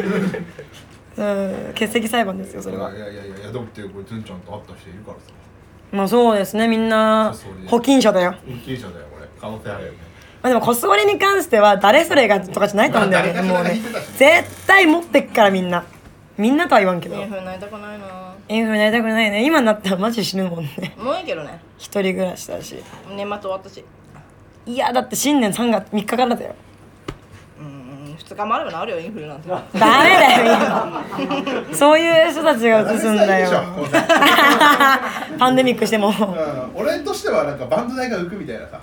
Speaker 2: うん欠席裁判ですよそれはい
Speaker 3: やいやいやいやでもってこれずんちゃんと会った人いるからさ
Speaker 2: まあそうですねみんな保菌者だよ
Speaker 3: 運転者だよこれ可能性あるよね
Speaker 2: まあでもこすわりに関しては誰それがとかじゃないと思うんだよね
Speaker 3: ま
Speaker 2: も
Speaker 3: あ
Speaker 2: う
Speaker 3: 誰
Speaker 2: ね
Speaker 3: かしらが言ってたし
Speaker 2: 絶対持ってっからみんなみんなとは言わんけど
Speaker 1: インフルになりたくないな
Speaker 2: インフルなりたくないね今になったらマジ死ぬもんね
Speaker 1: もういいけどね
Speaker 2: 一人暮らしだし
Speaker 1: 年末終わったし
Speaker 2: いやだって新年3月3日からだよ
Speaker 1: うん2日もあれば治るよインフルなんて
Speaker 2: ダメだよみんなそういう人たちが映すんだ
Speaker 3: いいじゃ
Speaker 2: よ
Speaker 3: んこんな
Speaker 2: パンデミックしても
Speaker 3: うん俺としてはなんかバンド代が浮くみたいなさ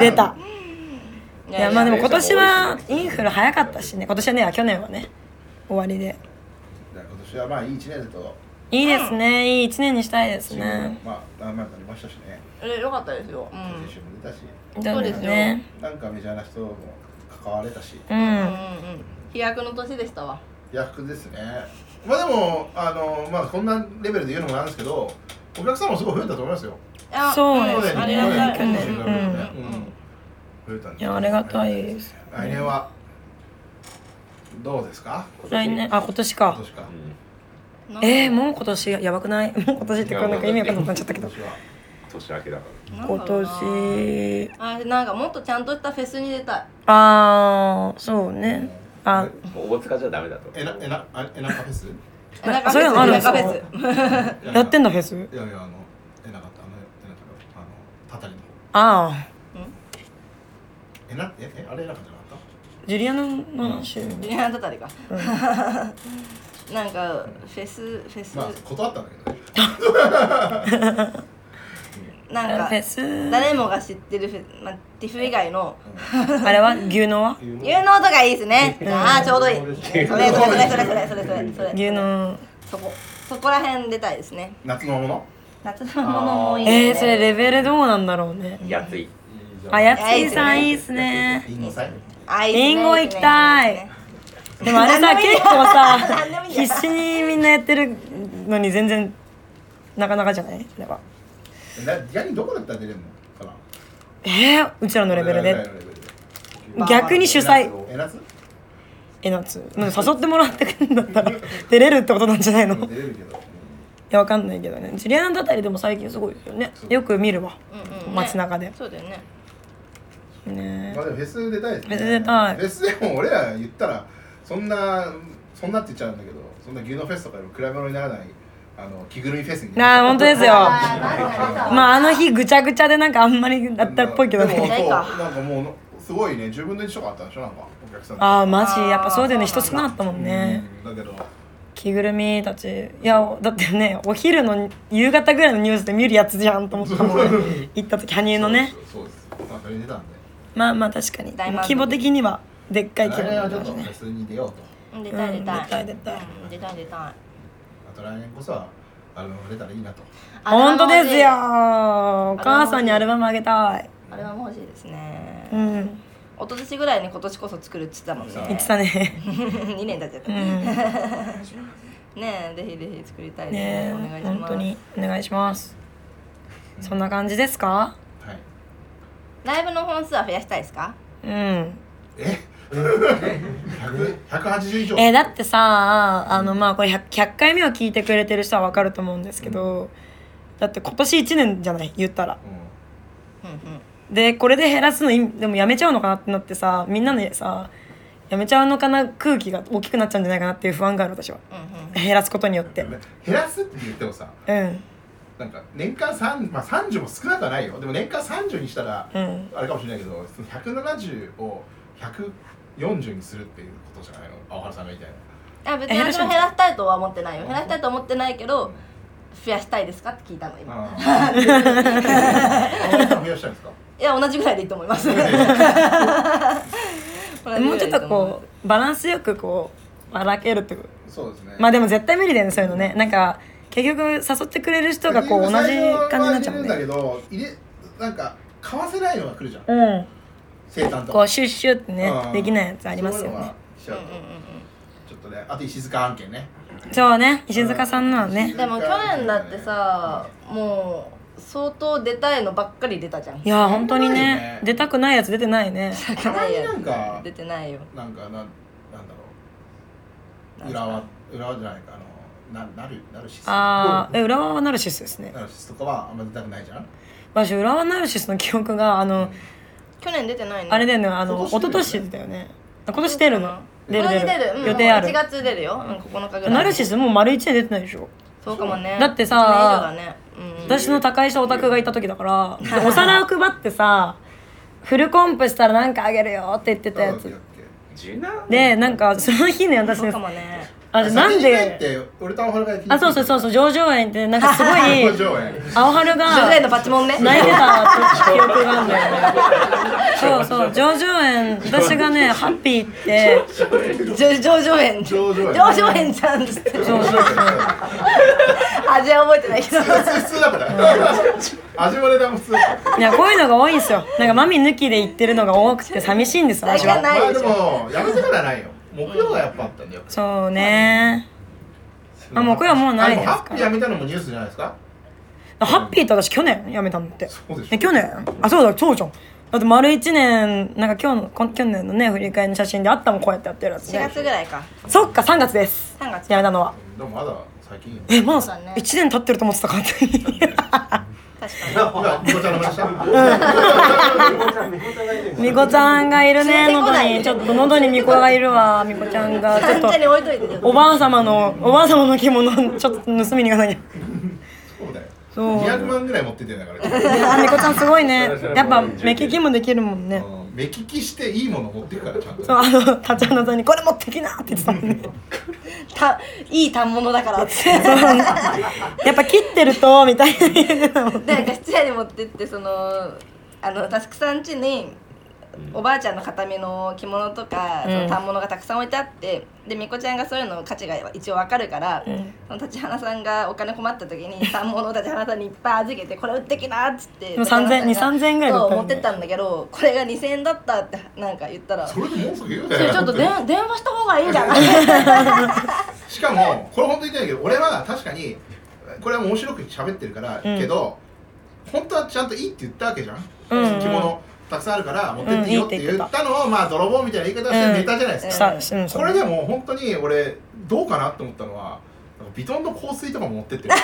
Speaker 2: 出た
Speaker 1: い
Speaker 2: いやまあでも今年はインフル早かったしね今年はねあ去年はね終わりで
Speaker 3: 今年はまあいい一年だと
Speaker 2: いいですねいい一年にしたいです
Speaker 3: 新聞も
Speaker 2: ね
Speaker 3: まあ何万になりましたしね
Speaker 1: えよかったですようん
Speaker 3: 先週も出たし
Speaker 1: そうですよ
Speaker 2: ね
Speaker 3: なんかメジャーな人も関われたし
Speaker 2: うん
Speaker 1: うんうん飛躍の年でしたわ
Speaker 3: 夜服ですねまあでもあのまあこんなレベルで言うのもなんですけどお客さんもすごい増えたと思いますよ
Speaker 1: あ
Speaker 2: そう
Speaker 1: うん
Speaker 2: ですね
Speaker 1: ありがたい
Speaker 2: 去年
Speaker 1: うん
Speaker 2: うん
Speaker 3: 増えたんで
Speaker 2: いやありがたいです
Speaker 3: 来年はどうですか
Speaker 2: 来年あ今年
Speaker 3: 今
Speaker 2: か
Speaker 3: 年か
Speaker 1: なんか
Speaker 2: えー、もう今年やばくないもう今年ってこうなんか意味わかんなくなっちゃったけ
Speaker 3: 今
Speaker 2: ど
Speaker 3: 年は
Speaker 4: 年明けだか
Speaker 1: なんだろ
Speaker 2: 今
Speaker 1: うな
Speaker 2: 年
Speaker 1: あなんかもっとちゃんとしたフェスに出たい
Speaker 2: あーそうねあ
Speaker 4: らもう大塚じゃダメだと
Speaker 3: えなえなあえなかフェス
Speaker 1: えなんか
Speaker 2: そういうのあるんですか
Speaker 1: フェス
Speaker 2: やってん
Speaker 3: の
Speaker 2: だフェス
Speaker 3: いやいやあのえなかったあのえなかったあのたたりの方
Speaker 2: ああ
Speaker 3: えなええあれえなかったじゃなかった
Speaker 2: ジュリアナの話
Speaker 1: いやだったりか なんかフェスフェス、
Speaker 3: まあ断ったんだけどね
Speaker 1: なんか
Speaker 2: フェス
Speaker 1: 誰もが知ってるフェス、まあ、ディフ以外の
Speaker 2: あれは牛のは
Speaker 1: 有能とかいいですねああちょうどいいそれそれそれそれそれそれそれそれそれ
Speaker 2: 牛の
Speaker 1: そこそこら辺出たいですね
Speaker 3: 夏のもの
Speaker 1: 夏のものもいいですね
Speaker 2: えー、それレベルどうなんだろうね
Speaker 4: やつい
Speaker 2: あやついさんいいっすね
Speaker 3: リンゴ祭
Speaker 1: あいいですね
Speaker 2: リンゴ行きた
Speaker 1: です
Speaker 2: い
Speaker 1: ね
Speaker 2: でもあれさ結 構
Speaker 1: 何で
Speaker 2: さ
Speaker 1: もいいよ
Speaker 2: 必死にみんなやってるのに全然なかなかじゃないあれは
Speaker 3: な逆にどこだったら出れるのかな
Speaker 2: えー、うちらのレベル
Speaker 3: 俺ら
Speaker 2: で
Speaker 3: ぐらいのレベルで
Speaker 2: 逆に主催
Speaker 3: え夏
Speaker 2: えなつなんか誘ってもらってくん だったら出れるってことなんじゃないのい
Speaker 3: 出れるけど
Speaker 2: やわかんないけどねジュリアナだたりでも最近すごいですよねよく見るわ
Speaker 1: うんうんね
Speaker 2: 街中で
Speaker 1: そうだよね
Speaker 2: ね
Speaker 3: まあでもフェス出たいですね
Speaker 2: フェス出たい
Speaker 3: フェスでも俺ら言ったらそんなそんなって言っちゃうんだけどそんな牛のフェスとかより比べ物にならないあの着ぐるみフェスに
Speaker 2: なあ本当ですよ
Speaker 1: あーなんか
Speaker 2: まああの日ぐちゃぐちゃでなんかあんまりだったっぽいけど
Speaker 3: でも
Speaker 2: ね
Speaker 3: そうなんかもうすごいね10分の1とかあったんでしょなんかお客さん
Speaker 2: ああマジやっぱそうだよね
Speaker 1: あー
Speaker 2: 人少なかったもんね
Speaker 3: うんだけど
Speaker 2: 着ぐるみたちいやだってねお昼の夕方ぐらいのニュースで見るやつじゃんと思ったもん ね行った時羽生のね
Speaker 3: そうですそうですまあそれに出たんで
Speaker 2: まあまあ確かに
Speaker 1: 大満足
Speaker 2: 規模的にはでっかい規
Speaker 3: 来
Speaker 2: 模
Speaker 3: 年は
Speaker 2: だ
Speaker 3: ちょっと
Speaker 2: し
Speaker 3: フ
Speaker 2: ね
Speaker 3: ェスに出ようと
Speaker 1: うん出たい出たい、
Speaker 2: うん出たい出たい
Speaker 1: うん出たい出たい
Speaker 3: あと来年こそはアルバムが出たらいいなと
Speaker 2: 本当ですよお
Speaker 1: あ
Speaker 2: 母さんにアルバムあげたい
Speaker 1: れはもう欲しいですね
Speaker 2: うん
Speaker 1: 一昨年ぐらいに今年こそ作るっつってたもんね
Speaker 2: 言っ てた ね
Speaker 1: 2年経っちゃった、
Speaker 2: う
Speaker 1: ね
Speaker 2: ん
Speaker 1: えぜひぜひ作りたいです
Speaker 2: ね
Speaker 1: ねお願いし
Speaker 2: 本
Speaker 1: ます
Speaker 2: 当にお願いしますそんな感じですか
Speaker 3: はい
Speaker 1: ライブの本数は増やしたいですか
Speaker 2: うん
Speaker 3: え100 180以上
Speaker 2: えーだってさあのまあこれ 100, 100回目を聞いてくれてる人はわかると思うんですけど、だって今年1年じゃない言ったら
Speaker 3: う
Speaker 1: うんうん
Speaker 2: でこれで減らすのいでもやめちゃうのかなってなってさみんなのさやめちゃうのかな空気が大きくなっちゃうんじゃないかなっていう不安がある私は
Speaker 1: うん
Speaker 2: 減らすことによって
Speaker 3: ん減らすって言ってもさ
Speaker 2: うん
Speaker 3: なんか年間3、まあ、30も少なくはないよでも年間30にしたら
Speaker 2: うん
Speaker 3: あれかもしれないけどその170を140にするっていうことじゃないの青原さんが言いたいの
Speaker 1: あ別に
Speaker 2: え減ら
Speaker 1: 私
Speaker 2: しま
Speaker 1: も
Speaker 2: す
Speaker 1: 減らしたいとは思ってないよ減らしたいと思ってないけど増やしたいですかって聞いたの今
Speaker 3: ああ青原さん増やしたいんですか
Speaker 1: いや同じぐらいでいいと思います 同じぐらいでいい思
Speaker 2: も
Speaker 1: いうます
Speaker 2: ちょっとこうバランスよくこう笑けるってこと
Speaker 3: そうですね
Speaker 2: まあでも絶対無理だよねそういうのねなんか結局誘ってくれる人がこう同じ感じになっちゃう
Speaker 3: 入れる
Speaker 2: も
Speaker 3: ん
Speaker 2: ん
Speaker 3: だけ
Speaker 2: ね
Speaker 3: ど入れなんか買わせないのが来るじゃん
Speaker 2: うん
Speaker 3: 生誕と
Speaker 2: こ
Speaker 3: か
Speaker 2: うシュッシュってね
Speaker 3: うん
Speaker 2: できないやつありますよ
Speaker 3: そういうの
Speaker 2: ね
Speaker 3: が来ちゃうとちょっとねあと石塚案件ね
Speaker 2: そうね石塚さんなのね
Speaker 1: でも去年だってさもう相当出たいのばっかり出たじゃん
Speaker 2: いやー本当にね
Speaker 3: ないね
Speaker 2: 出たくないやつ出てないね
Speaker 3: たまになんか
Speaker 1: 出てないよ
Speaker 3: なんかなんなんだろう浦和浦和じゃないかあのななるなるし
Speaker 2: あーえ浦和はナルシスですね
Speaker 3: ナルシスとかはあんま出たくないじゃん
Speaker 2: 私浦和ナルシスの記憶があの
Speaker 1: 去年出てないね
Speaker 2: あれだよねあの
Speaker 3: 今年
Speaker 2: 一昨年だよね今年出るの出る
Speaker 1: これ
Speaker 2: 出
Speaker 1: に出る
Speaker 2: る
Speaker 1: うん
Speaker 2: 予定あ
Speaker 1: 1
Speaker 2: る
Speaker 1: 月出るよ、うん、9日ぐらい
Speaker 2: ナルシスもう丸1年出てないでしょ
Speaker 1: そうかもね
Speaker 2: だってさ
Speaker 1: 一年以上だねうん
Speaker 2: 私の高いしたオタクがいた時だからでお皿を配ってさフルコンプしたらなんかあげるよって言ってたや
Speaker 3: オッケー
Speaker 2: つ
Speaker 3: オッケー
Speaker 4: ジュナ
Speaker 2: でなんかその日ね私
Speaker 1: そう
Speaker 2: ね
Speaker 1: かもね
Speaker 2: あじゃあなん
Speaker 3: 先に帰っ
Speaker 2: で
Speaker 3: て俺とアホルが聞いて
Speaker 2: あそうそう そうそう上場園ってなんかすご
Speaker 3: 工
Speaker 2: い
Speaker 3: 場へ
Speaker 2: 青春
Speaker 1: 女
Speaker 2: が
Speaker 1: 性のパチモンね
Speaker 2: 泣いてた記憶があるんだよねそうそう上場園私がねハッピーって
Speaker 1: 上上上園
Speaker 3: 上上園
Speaker 1: 上上園じゃ んっつって
Speaker 2: そうそう
Speaker 1: 味は覚えてないけど
Speaker 3: 普通だから味われだも普通
Speaker 2: いやこういうのが多いんですよなんかマミ抜きで行ってるのが多くて寂しいんです私
Speaker 1: な
Speaker 2: はい
Speaker 1: でしょ
Speaker 3: まあでもやめてからないよ木曜はやっぱあったんだよ
Speaker 2: そうねあ木曜はもうないですか
Speaker 3: あもハッピーやめたのもニュースじゃないですか
Speaker 2: ハッピーって私去年辞めたんだって
Speaker 3: そうでしょ
Speaker 2: え去年あそうだそうじゃんだって丸1年なんか今日のこ去年のね振り返りの写真であったもんこうやってやってるやつ
Speaker 1: 4
Speaker 2: ね
Speaker 1: 月ぐらいか
Speaker 2: そっか3月です
Speaker 1: 3月
Speaker 2: 辞めたのは
Speaker 3: でもまだ 最近
Speaker 2: えもう
Speaker 1: そうだね
Speaker 2: 1年経ってると思ってたから
Speaker 1: 確かに
Speaker 3: 今ニコちゃんの話した
Speaker 2: みこちゃんがいるね
Speaker 1: 全然来
Speaker 2: 喉
Speaker 1: ない
Speaker 2: にちょっと喉にみこがいるわみこちゃんがちょっ
Speaker 1: 三
Speaker 2: と
Speaker 1: 茶に置いといて
Speaker 2: おばあ様のおばあ様の着物をちょっと盗みに行か なきゃ
Speaker 3: そうだよ
Speaker 2: そう
Speaker 3: 200万ぐらい持っててんだから
Speaker 2: あみこちゃんすごいねやっぱ目利きもできるもんね
Speaker 3: うん目利きしていいもの持ってくからちゃんと
Speaker 2: そうあの立花さんに「これ持ってきな」って言ってたもんね
Speaker 1: たいい反物だからっつって
Speaker 2: やっぱ切ってるとみたい な
Speaker 1: なんか質屋に持ってってそのあのタスクさん家におばあちゃんの形見の着物とか、
Speaker 2: うん
Speaker 1: その反物がたくさん置いてあってでみこちゃんがそういうの価値が一応わかるから、
Speaker 2: ん
Speaker 1: その立花さんがお金困った時 に反物を立花さんにいっぱい預けてこれ売ってきなっつって
Speaker 2: もう3000 2000円ぐらいだ
Speaker 1: だ
Speaker 2: ったよね
Speaker 1: 持ってったんだけどこれが2000円だったってなんか言ったら
Speaker 3: そ
Speaker 1: そ
Speaker 3: れで文句言うな
Speaker 1: れ
Speaker 3: よ
Speaker 1: ちょっと電 電話した方がいいんじゃない
Speaker 3: しかもこれ本当に言ってないけど俺は確かにこれは面白く喋ってるから、
Speaker 2: ん
Speaker 3: けど本当はちゃんといいって言ったわけじゃん、
Speaker 2: うんうん
Speaker 3: 着物たくさんあるから持ってっていいよって言ったのを、まあ泥棒みたいな言い方をし
Speaker 2: うん
Speaker 3: てネタじゃないですか、
Speaker 2: したうんそう
Speaker 3: これでも本当に俺どうかなと思ったのはなんかビトンの香水とかも持ってってる
Speaker 2: お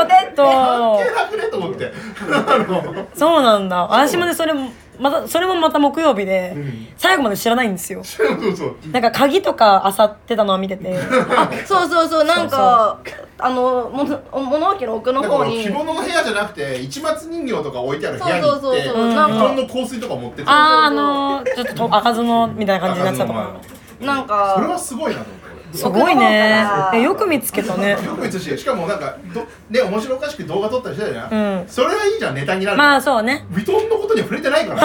Speaker 2: ーっ
Speaker 3: 関
Speaker 2: と
Speaker 3: 係なくねと思って あの
Speaker 2: そうなんだ私もねそれもまたそれもまた木曜日で、
Speaker 3: ん
Speaker 2: 最後まで知らないんですよ
Speaker 3: そうそうそう
Speaker 2: なんか鍵とか漁ってたのを見てて
Speaker 1: あそうそうそうなんかあのもの物置の奥の
Speaker 3: だか
Speaker 1: 方
Speaker 3: ら
Speaker 1: に
Speaker 3: 着物の部屋じゃなくて市松人形とか置いてある部屋に
Speaker 1: そう
Speaker 3: 行っ
Speaker 1: そう
Speaker 3: て
Speaker 1: そう
Speaker 3: ビ
Speaker 1: そう
Speaker 2: うん
Speaker 1: なんか
Speaker 3: トンの香水とか持ってってる
Speaker 2: あーあのー、ちょっとと開かずのみたいな感じになってたとか
Speaker 1: なん
Speaker 3: それは
Speaker 1: か
Speaker 3: すごいなと思って俺
Speaker 2: すご
Speaker 1: 奥
Speaker 2: いね
Speaker 1: の方から
Speaker 2: えよく見つけたね
Speaker 3: よく映してしかもなんかどね面白おかしく動画撮ったりしてたじゃん、
Speaker 2: うん
Speaker 3: それはいいじゃんネタになる、
Speaker 2: まあそうね
Speaker 3: ヴィトンのことには触れてないから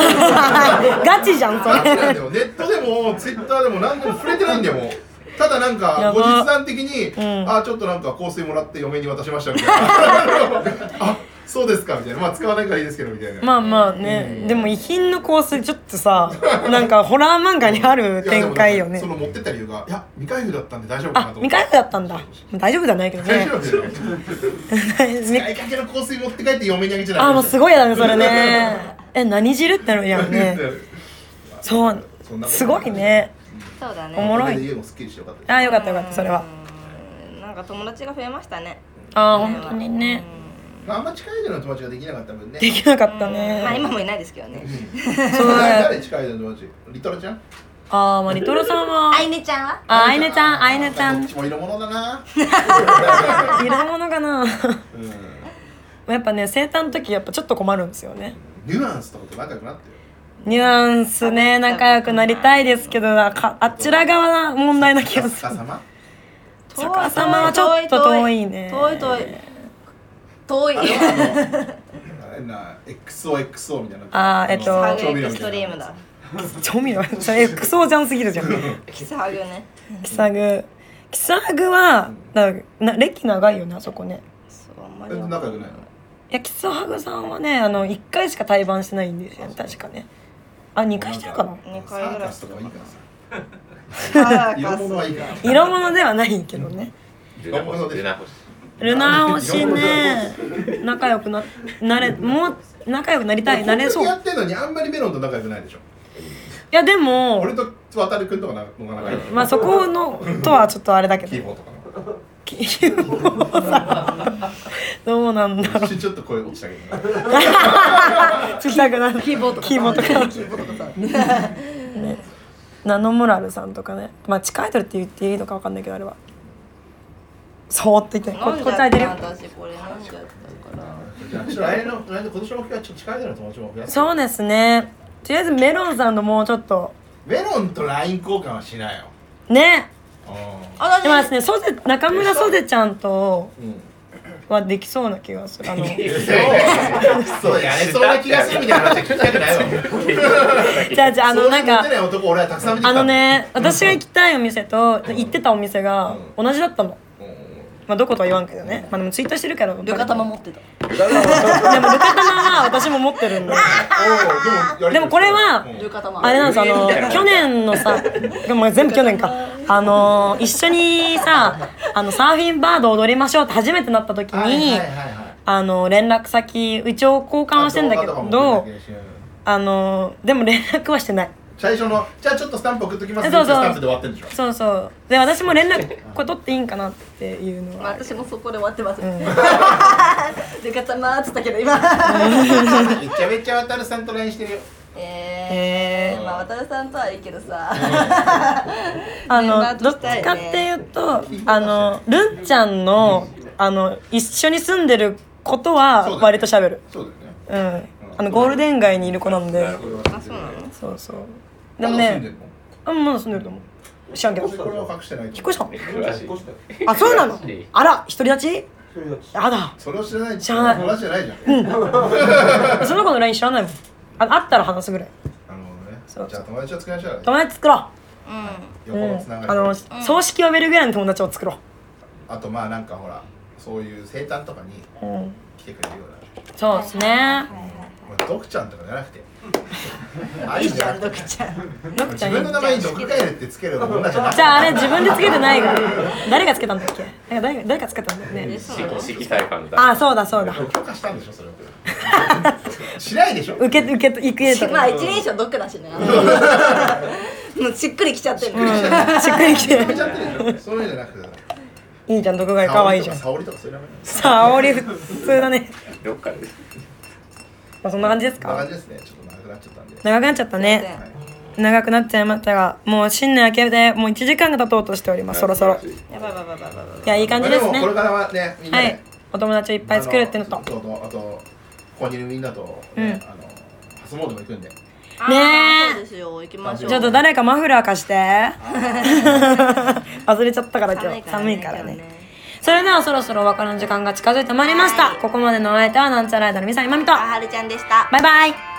Speaker 2: ガチじゃんそ
Speaker 3: ガチ
Speaker 2: れ
Speaker 3: なんだよネットでもツイッターでも何でも触れてないんだよもうただなん
Speaker 2: やば
Speaker 3: か後日談的に、
Speaker 2: ん
Speaker 3: あちょっとなんか香水もらって嫁に渡しましたみたいな あそうですかみたいなまあ使わないからいいですけどみたいな、
Speaker 2: まあまあねでも遺品の香水ちょっとさなんかホラー漫画にある
Speaker 3: いやでも
Speaker 2: 展開よね
Speaker 3: その持ってった理由がいや未開封だったんで大丈夫かな
Speaker 2: あ
Speaker 3: と思
Speaker 2: 未
Speaker 3: っ
Speaker 2: 開
Speaker 3: て
Speaker 2: 封だったんだ大丈夫じゃないけど
Speaker 3: 大
Speaker 2: ね
Speaker 3: 丈夫だよ 使いかけの香水持って帰って嫁にあげちゃダメ
Speaker 2: あーもうすごいやだねそれねえ何汁ってなるやんねそう
Speaker 3: そんなこと
Speaker 2: すごいね
Speaker 1: そうだね
Speaker 2: おもろい
Speaker 3: それで家もすっきりしてよかったです
Speaker 2: あーよかったよかったそれは
Speaker 1: うんなんか友達が増えましたね
Speaker 2: あー本当にね
Speaker 3: まあ、あんま近い間の友達ができなかった分ね。
Speaker 2: できなかっ
Speaker 1: ま
Speaker 2: た
Speaker 1: あ今
Speaker 2: ね
Speaker 1: もいないですけどね
Speaker 2: そう
Speaker 3: 誰
Speaker 2: だ
Speaker 3: 誰近い間の友達リトルちゃん
Speaker 2: あーまあリトルさんは
Speaker 1: あいねちゃんは
Speaker 2: ああいねちゃんあいねちゃん
Speaker 3: ど
Speaker 2: い
Speaker 3: っちも色物だな。
Speaker 2: るものかな
Speaker 3: うん。
Speaker 2: やっぱね生誕の時やっぱちょっと困るんですよね
Speaker 3: ニュアンスとかと仲良くなってよ。
Speaker 2: ニュアンスね仲良くなりたいですけどなかあちら側が問題な気がす
Speaker 3: 逆
Speaker 2: る
Speaker 3: さま。
Speaker 2: 逆さまはちょっと遠いね
Speaker 1: 遠い遠い遠い
Speaker 3: あのあれな XOXO みたいな。
Speaker 2: あーえっと
Speaker 1: ハ
Speaker 2: あ
Speaker 1: グ
Speaker 3: 調味
Speaker 1: エ
Speaker 3: 料
Speaker 1: ク
Speaker 3: み
Speaker 1: ス
Speaker 3: た
Speaker 1: ト
Speaker 3: いな
Speaker 1: リームだ
Speaker 2: ちょみのそれクソじゃんすぎるじゃん
Speaker 1: キスハグね
Speaker 2: キサグキサグはだな歴長いよねあそこね
Speaker 1: そうあんま
Speaker 3: え
Speaker 1: り
Speaker 3: 仲良くないの。
Speaker 2: いやキスハグさんはねあの1回しか対バンしてないんですよね確かねあ2回してるかな
Speaker 1: 二回ぐらい
Speaker 3: サーカスとかいいからさ
Speaker 1: サーカ
Speaker 3: 色物はいい
Speaker 1: ス
Speaker 3: から
Speaker 2: 色物ではないけどね
Speaker 4: ルナ星ルナ星
Speaker 2: ルナー推し ね仲良くななれもう仲良くなりたいなれそうい
Speaker 3: やってんのにあんまりメロンと仲良くないでしょ
Speaker 2: やでも
Speaker 3: 俺と渡るくんとかなのが仲良く
Speaker 2: まあそこのとはちょっとあれだけ
Speaker 3: キー
Speaker 2: ど
Speaker 3: ボーとかの
Speaker 2: どうなんだろう
Speaker 3: 一瞬ちょっと声落ちたけどね
Speaker 2: ちっちゃくなるキーボード キーボードかねナノモラルさんとかねまあ地下アイドルって言っていいのかわかんないけどあれはそうって言ってこ
Speaker 1: 飲んじ
Speaker 2: こ
Speaker 1: ゃっ
Speaker 2: っち空
Speaker 1: た
Speaker 2: いてるよ
Speaker 1: 私これ飲んじゃったから
Speaker 3: じゃあちょっと来年の来年今年の目標はちょっと近いだろう友達も増やす
Speaker 2: そうですねとりあえずメロンさんともうちょっと
Speaker 3: メロンと LINE 交換はしないよ
Speaker 2: ね
Speaker 3: う
Speaker 1: あ
Speaker 2: でもですねソゼ中村ソゼちゃんと
Speaker 3: んうん
Speaker 2: はできそうな気がするあの
Speaker 3: そうやれそうな気がするみたいな話は聞きたくないわ
Speaker 2: じゃあじゃああのなん
Speaker 3: そういうモ
Speaker 2: か
Speaker 3: テない男俺はたくさん見て
Speaker 2: あ
Speaker 3: きた
Speaker 2: のね私が行きたいお店と行ってたお店が同じだったの
Speaker 3: うんうん
Speaker 2: まあどことは言わんけどねまあでもツイートしてるから
Speaker 1: ルカ玉持ってた
Speaker 2: でもルカ玉は私も持ってるんで
Speaker 3: おう
Speaker 2: でもこれは
Speaker 3: うん
Speaker 1: ルカ玉
Speaker 2: あれなんですあの
Speaker 4: みたいな
Speaker 2: 去年のさでも全部去年かあの一緒にさあのサーフィンバード踊りましょうって初めてなった時
Speaker 3: はいはい
Speaker 2: に
Speaker 3: はいはい
Speaker 2: あの連絡先一応交換はしてんだけ
Speaker 3: あ動画と
Speaker 2: ど
Speaker 3: かも送ってくれるし
Speaker 2: あのでも連絡はしてない
Speaker 3: 最初のじゃあちょっとスタンプ送っときます
Speaker 2: そうそう
Speaker 3: スタンプで終わってんでしょ
Speaker 2: そうそうで私も連絡これ取っていいんかなっていうの
Speaker 1: まあ
Speaker 2: は
Speaker 1: 私もそこで終わってます ルカ玉っつったけど今
Speaker 3: めちゃめちゃ渡るさんと LINE してるよ
Speaker 1: えーまあ渡るさんとはいいけどさ
Speaker 2: あ
Speaker 1: メンバ
Speaker 2: の
Speaker 1: ー
Speaker 2: ど
Speaker 1: とし
Speaker 2: っち
Speaker 1: たいね
Speaker 2: かっていうとあのるんちゃんのあの一緒に住んでることは割と喋る
Speaker 3: そうだよね
Speaker 2: うん、あのゴールデン街にいる子なんで
Speaker 4: なるほど
Speaker 1: あそうなの
Speaker 2: そうそうでも
Speaker 3: まだ住ん
Speaker 2: ね
Speaker 3: でんの
Speaker 2: うんまだ住んでると思う知らんけど
Speaker 3: これは隠してない引っ
Speaker 2: 引っ越 したの
Speaker 4: 詳しい
Speaker 2: あそうなの
Speaker 4: 詳しい
Speaker 2: あら独り立ちあだ
Speaker 3: それを知らない
Speaker 2: 知らない
Speaker 3: 友達じゃないじゃん、なる
Speaker 2: その子の LINE 知らないもんあ会ったら話すぐらい
Speaker 3: ほどね
Speaker 2: そう
Speaker 3: じゃあ友達を作りましょうよ
Speaker 2: 友達作ろ
Speaker 1: う
Speaker 2: う、う
Speaker 3: 横のつな
Speaker 2: ん、
Speaker 3: がり、
Speaker 2: あの葬式呼べるぐらいの友達を作ろ
Speaker 3: あとまあなんかほらそういう生誕とかに
Speaker 2: う、うん、
Speaker 3: 来てくれるような
Speaker 2: そうですね
Speaker 3: これドクちゃんとかじゃなくてあ
Speaker 1: んい
Speaker 3: い
Speaker 1: いじゃん
Speaker 3: な
Speaker 1: ル
Speaker 3: く
Speaker 1: カ
Speaker 3: て
Speaker 1: ちゃん
Speaker 2: ロクち
Speaker 3: 自
Speaker 2: ゃんいい
Speaker 3: 分の名前にドクガエルってつけるの女じゃなくて
Speaker 2: じゃああれ自分でつけてないから誰がつけたんだっけなんか誰が誰がつけたんだよね
Speaker 1: そうなの
Speaker 4: 色彩感だ
Speaker 2: あそうだそうだ
Speaker 3: 許可したんでしょそれをしないでしょ
Speaker 2: 受け受け行くと
Speaker 1: ま
Speaker 2: か
Speaker 1: あ一人称どっかだしね もうしっくりきちゃってるね
Speaker 2: しっくりきて
Speaker 3: 決めちゃってるでしょそういうのじゃなくて
Speaker 2: いいじゃん毒害かわいいじゃん
Speaker 3: 沙織とかそういう名前
Speaker 2: さあおり普通だね
Speaker 4: どっかで
Speaker 2: まあそんな感じです
Speaker 3: こんな
Speaker 2: か
Speaker 3: 感じですねちょっと長くなっちゃったんで
Speaker 2: 長くなっちゃったね長くなっちゃいましたがもう新年明けでもう1時間が経とうとしておりますそろそろい
Speaker 1: やばいやばいやばいやばいやばい
Speaker 2: やいい感じです
Speaker 3: まあ
Speaker 2: ね
Speaker 3: もこれからはねみんな
Speaker 2: は
Speaker 3: で
Speaker 2: いお友達をいっぱい作るっていうの
Speaker 3: あ
Speaker 2: と
Speaker 3: そうそうあとここにいるみんなとねあの初詣も行くんで
Speaker 1: あー
Speaker 2: ねえ
Speaker 1: そうですよ行きましょう
Speaker 2: ちょっと誰かマフラー貸して 忘れちゃったから今日寒いからねそれではそろそろお別れの時間が近づいてまいりましたここまでのお相手はなんちゃらアイドルミサイマミと
Speaker 1: あはるちゃんでした
Speaker 2: バイバイ